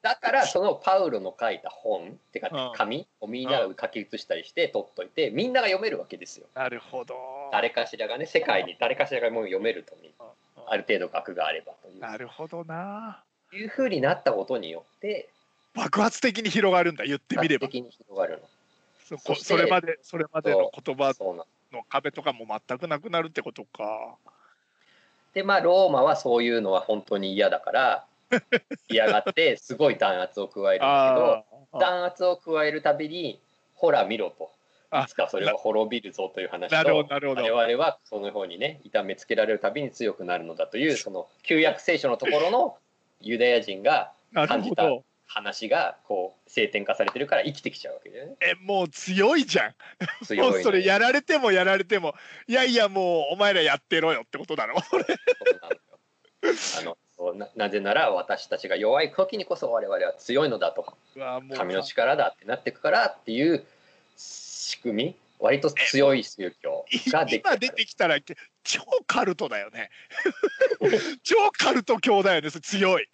Speaker 1: だからそのパウロの書いた本っていうか
Speaker 2: うん
Speaker 1: 紙をみんなが書き写したりして取っといてみんなが読めるわけですよ
Speaker 2: なるほど
Speaker 1: 誰かしらがね世界に誰かしらがもう読めるとにある程度額があればという
Speaker 2: なるほどな
Speaker 1: いうふうになったことによって
Speaker 2: 爆発的に広がるんだ言ってみれば
Speaker 1: 的に広がる
Speaker 2: そこ
Speaker 1: そして
Speaker 2: それまでそれまでの言葉
Speaker 1: のそうなん
Speaker 2: の壁とかも全くなくなるってことか。
Speaker 1: でまあローマはそういうのは本当に嫌だから
Speaker 2: [laughs]
Speaker 1: 嫌がってすごい弾圧を加えるんだ
Speaker 2: あ
Speaker 1: けど弾圧を加えるたびにほら見ろと
Speaker 2: あ
Speaker 1: いつかそれは滅びるぞという話
Speaker 2: なるほ
Speaker 1: と
Speaker 2: どなるほど
Speaker 1: 我々はその方にね痛めつけられるたびに強くなるのだと
Speaker 2: [laughs]
Speaker 1: いうその旧約聖書のところのユダヤ人が
Speaker 2: なる
Speaker 1: 感じ
Speaker 2: ほ
Speaker 1: た
Speaker 2: ど。
Speaker 1: 話がこう聖典化されてるから生きてきちゃうわけだよね。
Speaker 2: えもう強いじゃん。
Speaker 1: 強い
Speaker 2: も
Speaker 1: の
Speaker 2: うそれやられてもやられてもいやいやもうお前らやってろよってことだろ。それ
Speaker 1: そうなのよあのそうななぜなら私たちが弱い時にこそ我々は強いのだと
Speaker 2: うわもう
Speaker 1: 神の力だってなってくからっていう仕組み割と強い宗教ができ
Speaker 2: 今出てきたら超カルトだよね [laughs] 超カルト教だよねそれ強い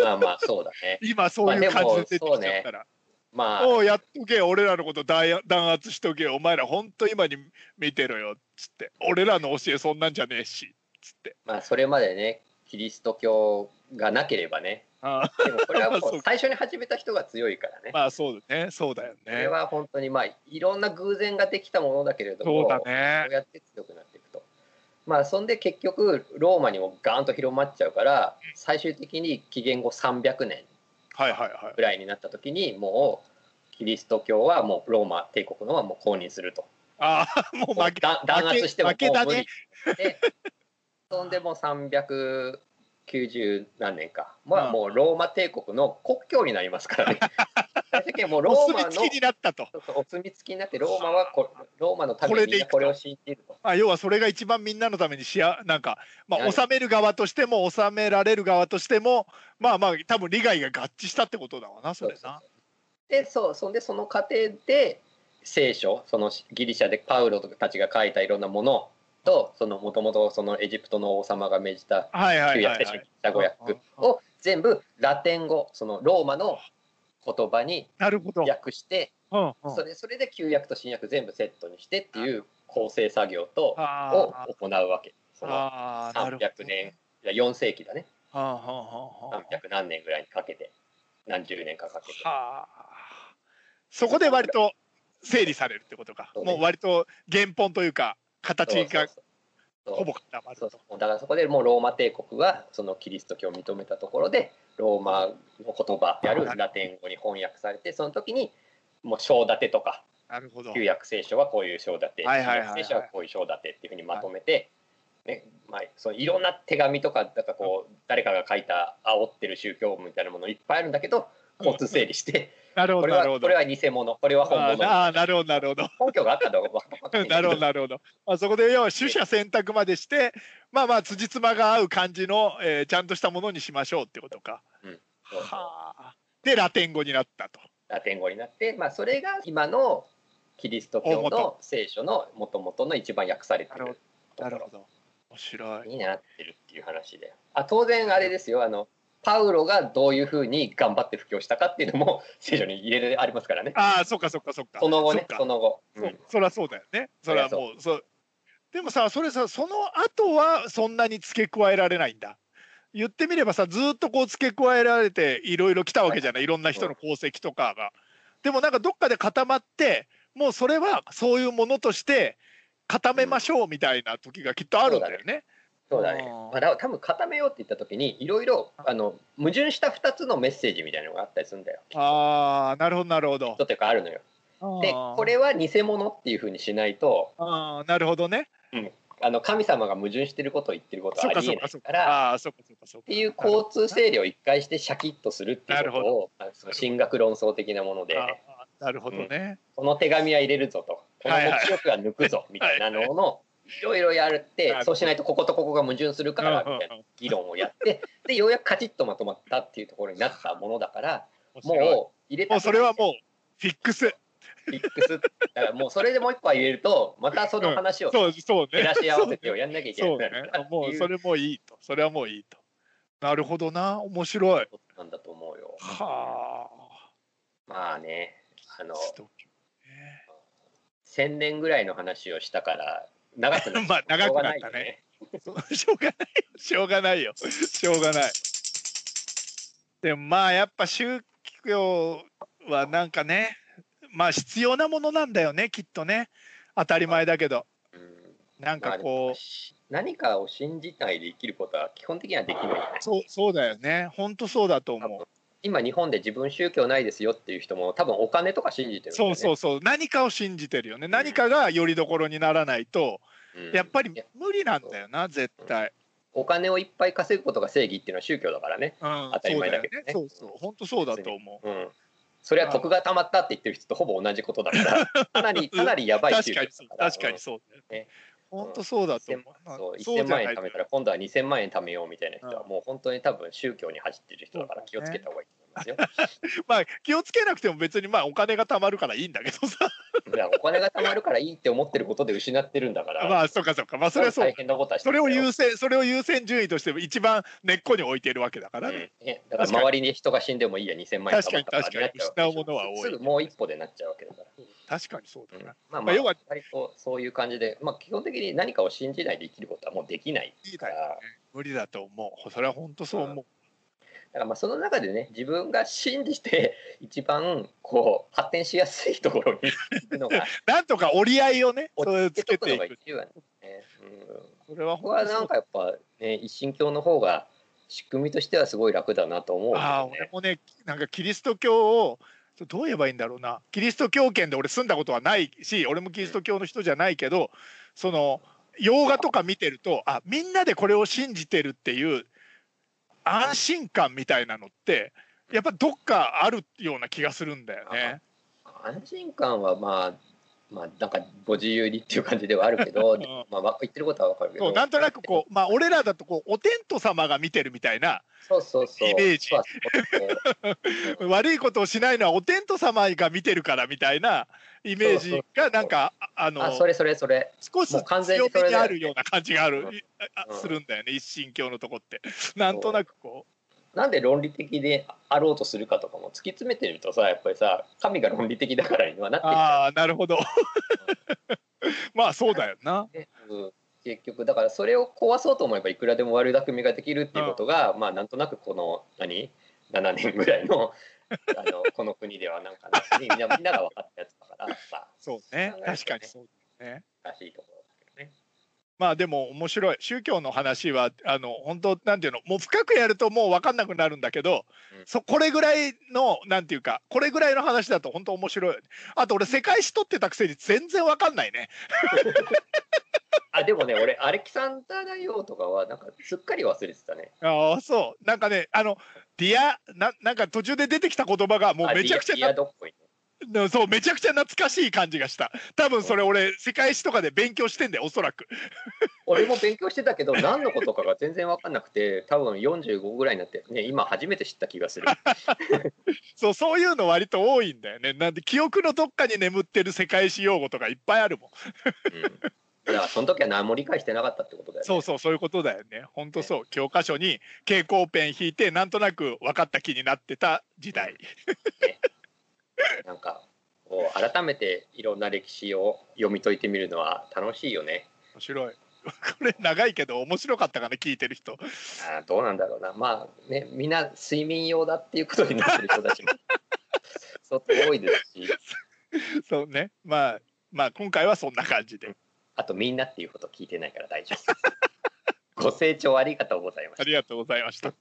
Speaker 1: まあまあそうだね
Speaker 2: 今そういう感じで出てきちゃったら、 [laughs]
Speaker 1: ま
Speaker 2: も
Speaker 1: あ
Speaker 2: うやっとけ俺らのこと弾弾圧しとけお前らほんと今に見てろよっつって俺らの教えそんなんじゃねえしっつって
Speaker 1: まあそれまでねキリスト教がなければね
Speaker 2: あ
Speaker 1: でもこれは
Speaker 2: [laughs] そ
Speaker 1: こ
Speaker 2: う
Speaker 1: う最初に始めた人が強いからね
Speaker 2: まあそうだねそうだよ
Speaker 1: これ
Speaker 2: ね
Speaker 1: は本当にまあいろんな偶然ができたものだけれども
Speaker 2: そうだ
Speaker 1: こ
Speaker 2: ね
Speaker 1: うやって強くなっていくと。まあ、そんで結局ローマにもガーンと広まっちゃうから最終的に紀元後300年
Speaker 2: はいはいはい
Speaker 1: ぐらいになった時にもうキリスト教はもうローマ帝国のはもう公認すると
Speaker 2: ああもう負け
Speaker 1: だ弾圧してもも
Speaker 2: 負け負けだ
Speaker 1: う無
Speaker 2: ね
Speaker 1: 理でそんでもう390何年かま
Speaker 2: う
Speaker 1: あ
Speaker 2: ん
Speaker 1: もうローマ帝国の国教になります
Speaker 2: [laughs]
Speaker 1: からね最終的にもうロ
Speaker 2: お
Speaker 1: ーマ
Speaker 2: 墨
Speaker 1: の
Speaker 2: 付きになったと、
Speaker 1: お墨付きになってローマはこローマのた
Speaker 2: こ
Speaker 1: め
Speaker 2: れ
Speaker 1: に
Speaker 2: で
Speaker 1: みん
Speaker 2: いく
Speaker 1: な
Speaker 2: と
Speaker 1: これを信じると。
Speaker 2: まあ、要はそれが一番みんなのためにしやなんか、ま
Speaker 1: は
Speaker 2: あ、
Speaker 1: い
Speaker 2: 収める側としても収められる側としてもまあまあ多分利害が合致したってことだわなそれな
Speaker 1: でそうそんでその過程で聖書そのギリシャでパウロたちが書いたいろんなものともともとそのエジプトの王様が命じた
Speaker 2: はいはい
Speaker 1: 旧
Speaker 2: は
Speaker 1: 約
Speaker 2: い、
Speaker 1: 聖書
Speaker 2: は
Speaker 1: ギ
Speaker 2: い
Speaker 1: リ、シャ語訳を全部ラテン語そのローマの言葉に
Speaker 2: なるほど、
Speaker 1: 訳して
Speaker 2: うんうん、
Speaker 1: それそれで旧約と新約全部セットにしてっていう構成作業と
Speaker 2: あ
Speaker 1: を行うわけその
Speaker 2: あーなるほど
Speaker 1: 300年いや4世紀だね
Speaker 2: はあはあはあは
Speaker 1: 300何年ぐらいにかけて何十年かかけて
Speaker 2: あはあそこで割と整理されるってことか
Speaker 1: そうね
Speaker 2: もう割と原本というか
Speaker 1: そう
Speaker 2: 形
Speaker 1: そう
Speaker 2: が
Speaker 1: そうそう
Speaker 2: ほぼ固まる
Speaker 1: そ
Speaker 2: と
Speaker 1: うそうだからそこでもうローマ帝国はそのキリスト教を認めたところでローマの言葉であるラテン語に翻訳されてその時にもう章立てとか
Speaker 2: なるほど
Speaker 1: 旧約聖書はこういう章立て
Speaker 2: はい
Speaker 1: 新
Speaker 2: はいはいはい
Speaker 1: 約聖書はこういう章立てっていうふうにまとめて、ねまあ、そのいろんな手紙とかなんかこう誰かが書いた煽ってる宗教みたいなものいっぱいあるんだけど交通整理
Speaker 2: [laughs]
Speaker 1: して
Speaker 2: なるほ
Speaker 1: これ
Speaker 2: どな
Speaker 1: は
Speaker 2: るほど
Speaker 1: これは偽物これは本
Speaker 2: あー
Speaker 1: 物
Speaker 2: なあーなるほどなるほ
Speaker 1: [laughs]
Speaker 2: ど
Speaker 1: 根拠があったのか分かんないけ
Speaker 2: [laughs] なるほどなるほど、まあ、そこで要は取捨選択までしてまあまあ辻褄が合う感じの、えーちゃんとしたものにしましょうってことか、
Speaker 1: うんそうそう
Speaker 2: はあでラテン語になったと
Speaker 1: ラテン語になって、まあ、それが今のキリスト教の聖書のもともとの一番訳されてるところ
Speaker 2: ど面白い
Speaker 1: になってるっていう話であ当然あれですよあのパウロがどういうふうに頑張って布教したかっていうのも [laughs] 聖書に入れられありますからね
Speaker 2: ああそっかそっかそっか
Speaker 1: その後
Speaker 2: そ
Speaker 1: ね
Speaker 2: っか
Speaker 1: その後、う
Speaker 2: そ
Speaker 1: ん
Speaker 2: そりゃそうだよねそりゃもうそうでもさそれさその後はそんなに付け加えられないんだ言ってみればさずーっとこう付け加えられていろいろ来たわけじゃないいろんな人の功績とかがでもなんかどっかで固まってもうそれはそういうものとして固めましょうみたいな時がきっとあるんだよね。
Speaker 1: そうだね
Speaker 2: うん
Speaker 1: まあ、だから多分固めようって言った時にいろいろあの矛盾した2つのメッセージみたいなのがあったりするんだよ
Speaker 2: ああなるほどなるほど。
Speaker 1: というかあるのよで
Speaker 2: あー
Speaker 1: これは偽物っていうふうにしないと
Speaker 2: あーなるほどね。
Speaker 1: あの神様が矛盾してることを言ってること
Speaker 2: そ
Speaker 1: は
Speaker 2: っ
Speaker 1: あ
Speaker 2: か
Speaker 1: り
Speaker 2: そ
Speaker 1: え
Speaker 2: っ
Speaker 1: な
Speaker 2: か
Speaker 1: い
Speaker 2: そっ
Speaker 1: か
Speaker 2: からああーそっかそっかそっ
Speaker 1: っ
Speaker 2: か。
Speaker 1: ていう交通整理を一回してシャキッとするっていう
Speaker 2: なる
Speaker 1: こ
Speaker 2: ほ
Speaker 1: とをあその神学論争的なもので
Speaker 2: あーなるほどね。
Speaker 1: この手紙は入れるぞとこの
Speaker 2: はいはい
Speaker 1: 目視力は抜くぞみたいなののいろいろやるっ
Speaker 2: なる
Speaker 1: て
Speaker 2: ほど
Speaker 1: そうしないとこことここが矛盾するから
Speaker 2: うんうんうん
Speaker 1: みたいな議論をや
Speaker 2: [laughs]
Speaker 1: ってでようやくカチッとまとまったっていうところになったものだから
Speaker 2: 面白い
Speaker 1: もう入れた
Speaker 2: もうそれはもうフィックス。
Speaker 1: フィックスだからもうそれでもう一個は入れるとまたその話を
Speaker 2: そうそうね。
Speaker 1: 照らし合わせてをやんなきゃいけな
Speaker 2: そう
Speaker 1: くな
Speaker 2: ね
Speaker 1: るから。って
Speaker 2: もう
Speaker 1: い
Speaker 2: そうれもいいと。それはもういいと。なるほどな。面白い。
Speaker 1: ことなんだと思うよ。
Speaker 2: は
Speaker 1: まあねあ
Speaker 2: あ
Speaker 1: の。
Speaker 2: ストッキ
Speaker 1: 1000年ぐらいの話をしたから長くな
Speaker 2: [laughs] まあ長くなったね
Speaker 1: しょうがいよ
Speaker 2: ングねそうしょうがないよ。しょうがないよ。しょうがない。でもまあやっぱ宗教はなんかね、まあ必要なものなんだよね、きっとね。当たり前だけど。
Speaker 1: うん
Speaker 2: なん
Speaker 1: ま
Speaker 2: か
Speaker 1: あで
Speaker 2: こ
Speaker 1: もし何かを信じないで生きることは基本的にはできないよね
Speaker 2: う、そうそうだよね。ほんとそうだと思う。
Speaker 1: 今日本で自分宗教ないですよっていう人も多分お金とか信じてるんだよ
Speaker 2: そ
Speaker 1: ね
Speaker 2: うそうそう。何かを信じてるよね。何かがよりどころにならないと。
Speaker 1: うん
Speaker 2: やっぱり
Speaker 1: いや
Speaker 2: 無理なんだよな絶対、
Speaker 1: お金をいっぱい稼ぐことが正義っていうのは宗教だからね
Speaker 2: うん、
Speaker 1: 当たり前だけどね
Speaker 2: そうだよそうそう本当そうだと思う
Speaker 1: うんそれは徳がたまったって言ってる人とほぼ同じことだから
Speaker 2: [laughs]
Speaker 1: かなりかなりやばい
Speaker 2: 確
Speaker 1: 宗
Speaker 2: か
Speaker 1: 教
Speaker 2: にそう
Speaker 1: だから
Speaker 2: 確かにそうだよね
Speaker 1: ね
Speaker 2: 本当そうだと思う,、
Speaker 1: そう
Speaker 2: そ
Speaker 1: 1000
Speaker 2: うじゃ
Speaker 1: 万
Speaker 2: な
Speaker 1: 円
Speaker 2: い
Speaker 1: 貯めたら今度は2000万円貯めようみたいな人は
Speaker 2: うん
Speaker 1: もう本当に多分宗教に走ってる人だから気をつけた方がいいと思いますですよ。
Speaker 2: まあ気をつけなくても別にまあお金が貯まるからいいんだけどさ
Speaker 1: いやお金が貯まるからいいって思ってることで失ってるんだから、
Speaker 2: [laughs] まあそうかそうかまあそれはそう
Speaker 1: 大変なことはして
Speaker 2: そ
Speaker 1: る
Speaker 2: れ
Speaker 1: ん
Speaker 2: を
Speaker 1: だよ
Speaker 2: 優先それを優先順位としても一番根っこに置いてるわけだから、ね
Speaker 1: うんねだから周りに人が死んでもいいや2000万円
Speaker 2: 確かに
Speaker 1: 貯まったから
Speaker 2: 確かに失うものは多い
Speaker 1: すぐもう一歩でなっちゃうわけだから、
Speaker 2: 確かにそうだ
Speaker 1: うん
Speaker 2: な、
Speaker 1: まあ
Speaker 2: ま
Speaker 1: ま
Speaker 2: あ
Speaker 1: あ
Speaker 2: 要は
Speaker 1: 割とそういう感じで、まあ、基本的に何かを信じないで生きることはもうできない
Speaker 2: いい
Speaker 1: か
Speaker 2: だよ
Speaker 1: ら
Speaker 2: 無理だと思うそれは本当そう思う、
Speaker 1: だからまあその中でね自分が信じて [laughs] 一番こう発展しやすいところに行くのが
Speaker 2: なんとか折り合いをね [laughs] そ
Speaker 1: 落
Speaker 2: れを
Speaker 1: ち
Speaker 2: つ
Speaker 1: 着け
Speaker 2: け
Speaker 1: とく
Speaker 2: て
Speaker 1: のが
Speaker 2: いく
Speaker 1: 一番ね。うん
Speaker 2: それは
Speaker 1: 僕は
Speaker 2: 本当
Speaker 1: な
Speaker 2: そ
Speaker 1: ん
Speaker 2: う
Speaker 1: かやっぱね一神教の方が仕組みとしてはすごい楽だなと思う、ね、
Speaker 2: ああ俺もねなんかキリスト教をどう言えばいいんだろうなキリスト教圏で俺住んだことはないし俺もキリスト教の人じゃないけどその洋画とか見てるとあみんなでこれを信じてるっていう安心感みたいなのってやっぱどっかあるような気がするんだよね。
Speaker 1: 安心感はまあまあなんかご自由にっていう感じではあるけど、
Speaker 2: ん
Speaker 1: まあまあ言ってることはわかるけ
Speaker 2: そ
Speaker 1: ど
Speaker 2: うなんとなくこうまあ俺らだとこうお天道様が見てるみたいな
Speaker 1: そうそうそう
Speaker 2: イメージ
Speaker 1: そうそうそう
Speaker 2: 悪いことをしないのはお天道様が見てるからみたいなイメージがなんかああ [laughs] の
Speaker 1: あそれそれそれ
Speaker 2: 少し
Speaker 1: もう完全
Speaker 2: 強
Speaker 1: にそ
Speaker 2: め
Speaker 1: れだよね
Speaker 2: にあるような感じがある、
Speaker 1: うん
Speaker 2: いあ
Speaker 1: うん
Speaker 2: するんだよね一神教のとこってなんとなくこ
Speaker 1: なんで論理的であろうとするかとかも突き詰めてるとさやっぱりさ神が論理的だからにはなっ
Speaker 2: う
Speaker 1: てきちゃう
Speaker 2: ああなるほど [laughs] まあそうだよな
Speaker 1: ねうん結局だからそれを壊そうと思えばいくらでも悪巧みができるっていうことが、まあなんとなくこの何7年ぐらいのあのこの国ではなんか、ね、みんなみんなが分かったやつだからさ
Speaker 2: そうね
Speaker 1: 考えるとね
Speaker 2: 確かにそうだよね
Speaker 1: らしいところだけどね。
Speaker 2: まあでも面白い宗教の話はあの本当なんていうのもう深くやるともう分かんなくなるんだけど、
Speaker 1: うん
Speaker 2: そこれぐらいのなんていうかこれぐらいの話だと本当面白いよねあと俺世界史取ってたくせに全然分かんないね
Speaker 1: あでもね俺アレキサンダー大王とかはなんかすっかり忘れてたね。
Speaker 2: ああそうなんかねあのディアななんか途中で出てきた言葉がもう
Speaker 1: あ
Speaker 2: めちゃくちゃ
Speaker 1: リアリアドっぽいね
Speaker 2: なそうめちゃくちゃ懐かしい感じがした多分それ俺世界史とかで勉強してんだよおそらく
Speaker 1: 俺も勉強してたけど何のことかが全然分かんなくて多分45ぐらいになって、ね、今初めて知った気が
Speaker 2: [laughs]
Speaker 1: する。
Speaker 2: そうそういうの割と多いんだよねなんで記憶のどっかに眠ってる世界史用語とかいっぱいあるもん
Speaker 1: うん、だからその時は何も理解してなかったってことだよね。
Speaker 2: そうそうそういうことだよねほんとそう教科書に蛍光ペン引いてなんとなく分かった気になってた時代
Speaker 1: なんかこう改めていろんな歴史を読み解いてみるのは楽しいよね。
Speaker 2: 面白い [laughs] これ長いけど面白かったかな聞いてる人
Speaker 1: あーどうなんだろうなまあねみんな睡眠用だっていうことになってる人たち
Speaker 2: [laughs]
Speaker 1: も相当多いですし
Speaker 2: そうねまあまあ今回はそんな感じで
Speaker 1: あとみんなっていうこと聞いてないから大丈夫です。ご清聴ありがとうございました
Speaker 2: ありがとうございました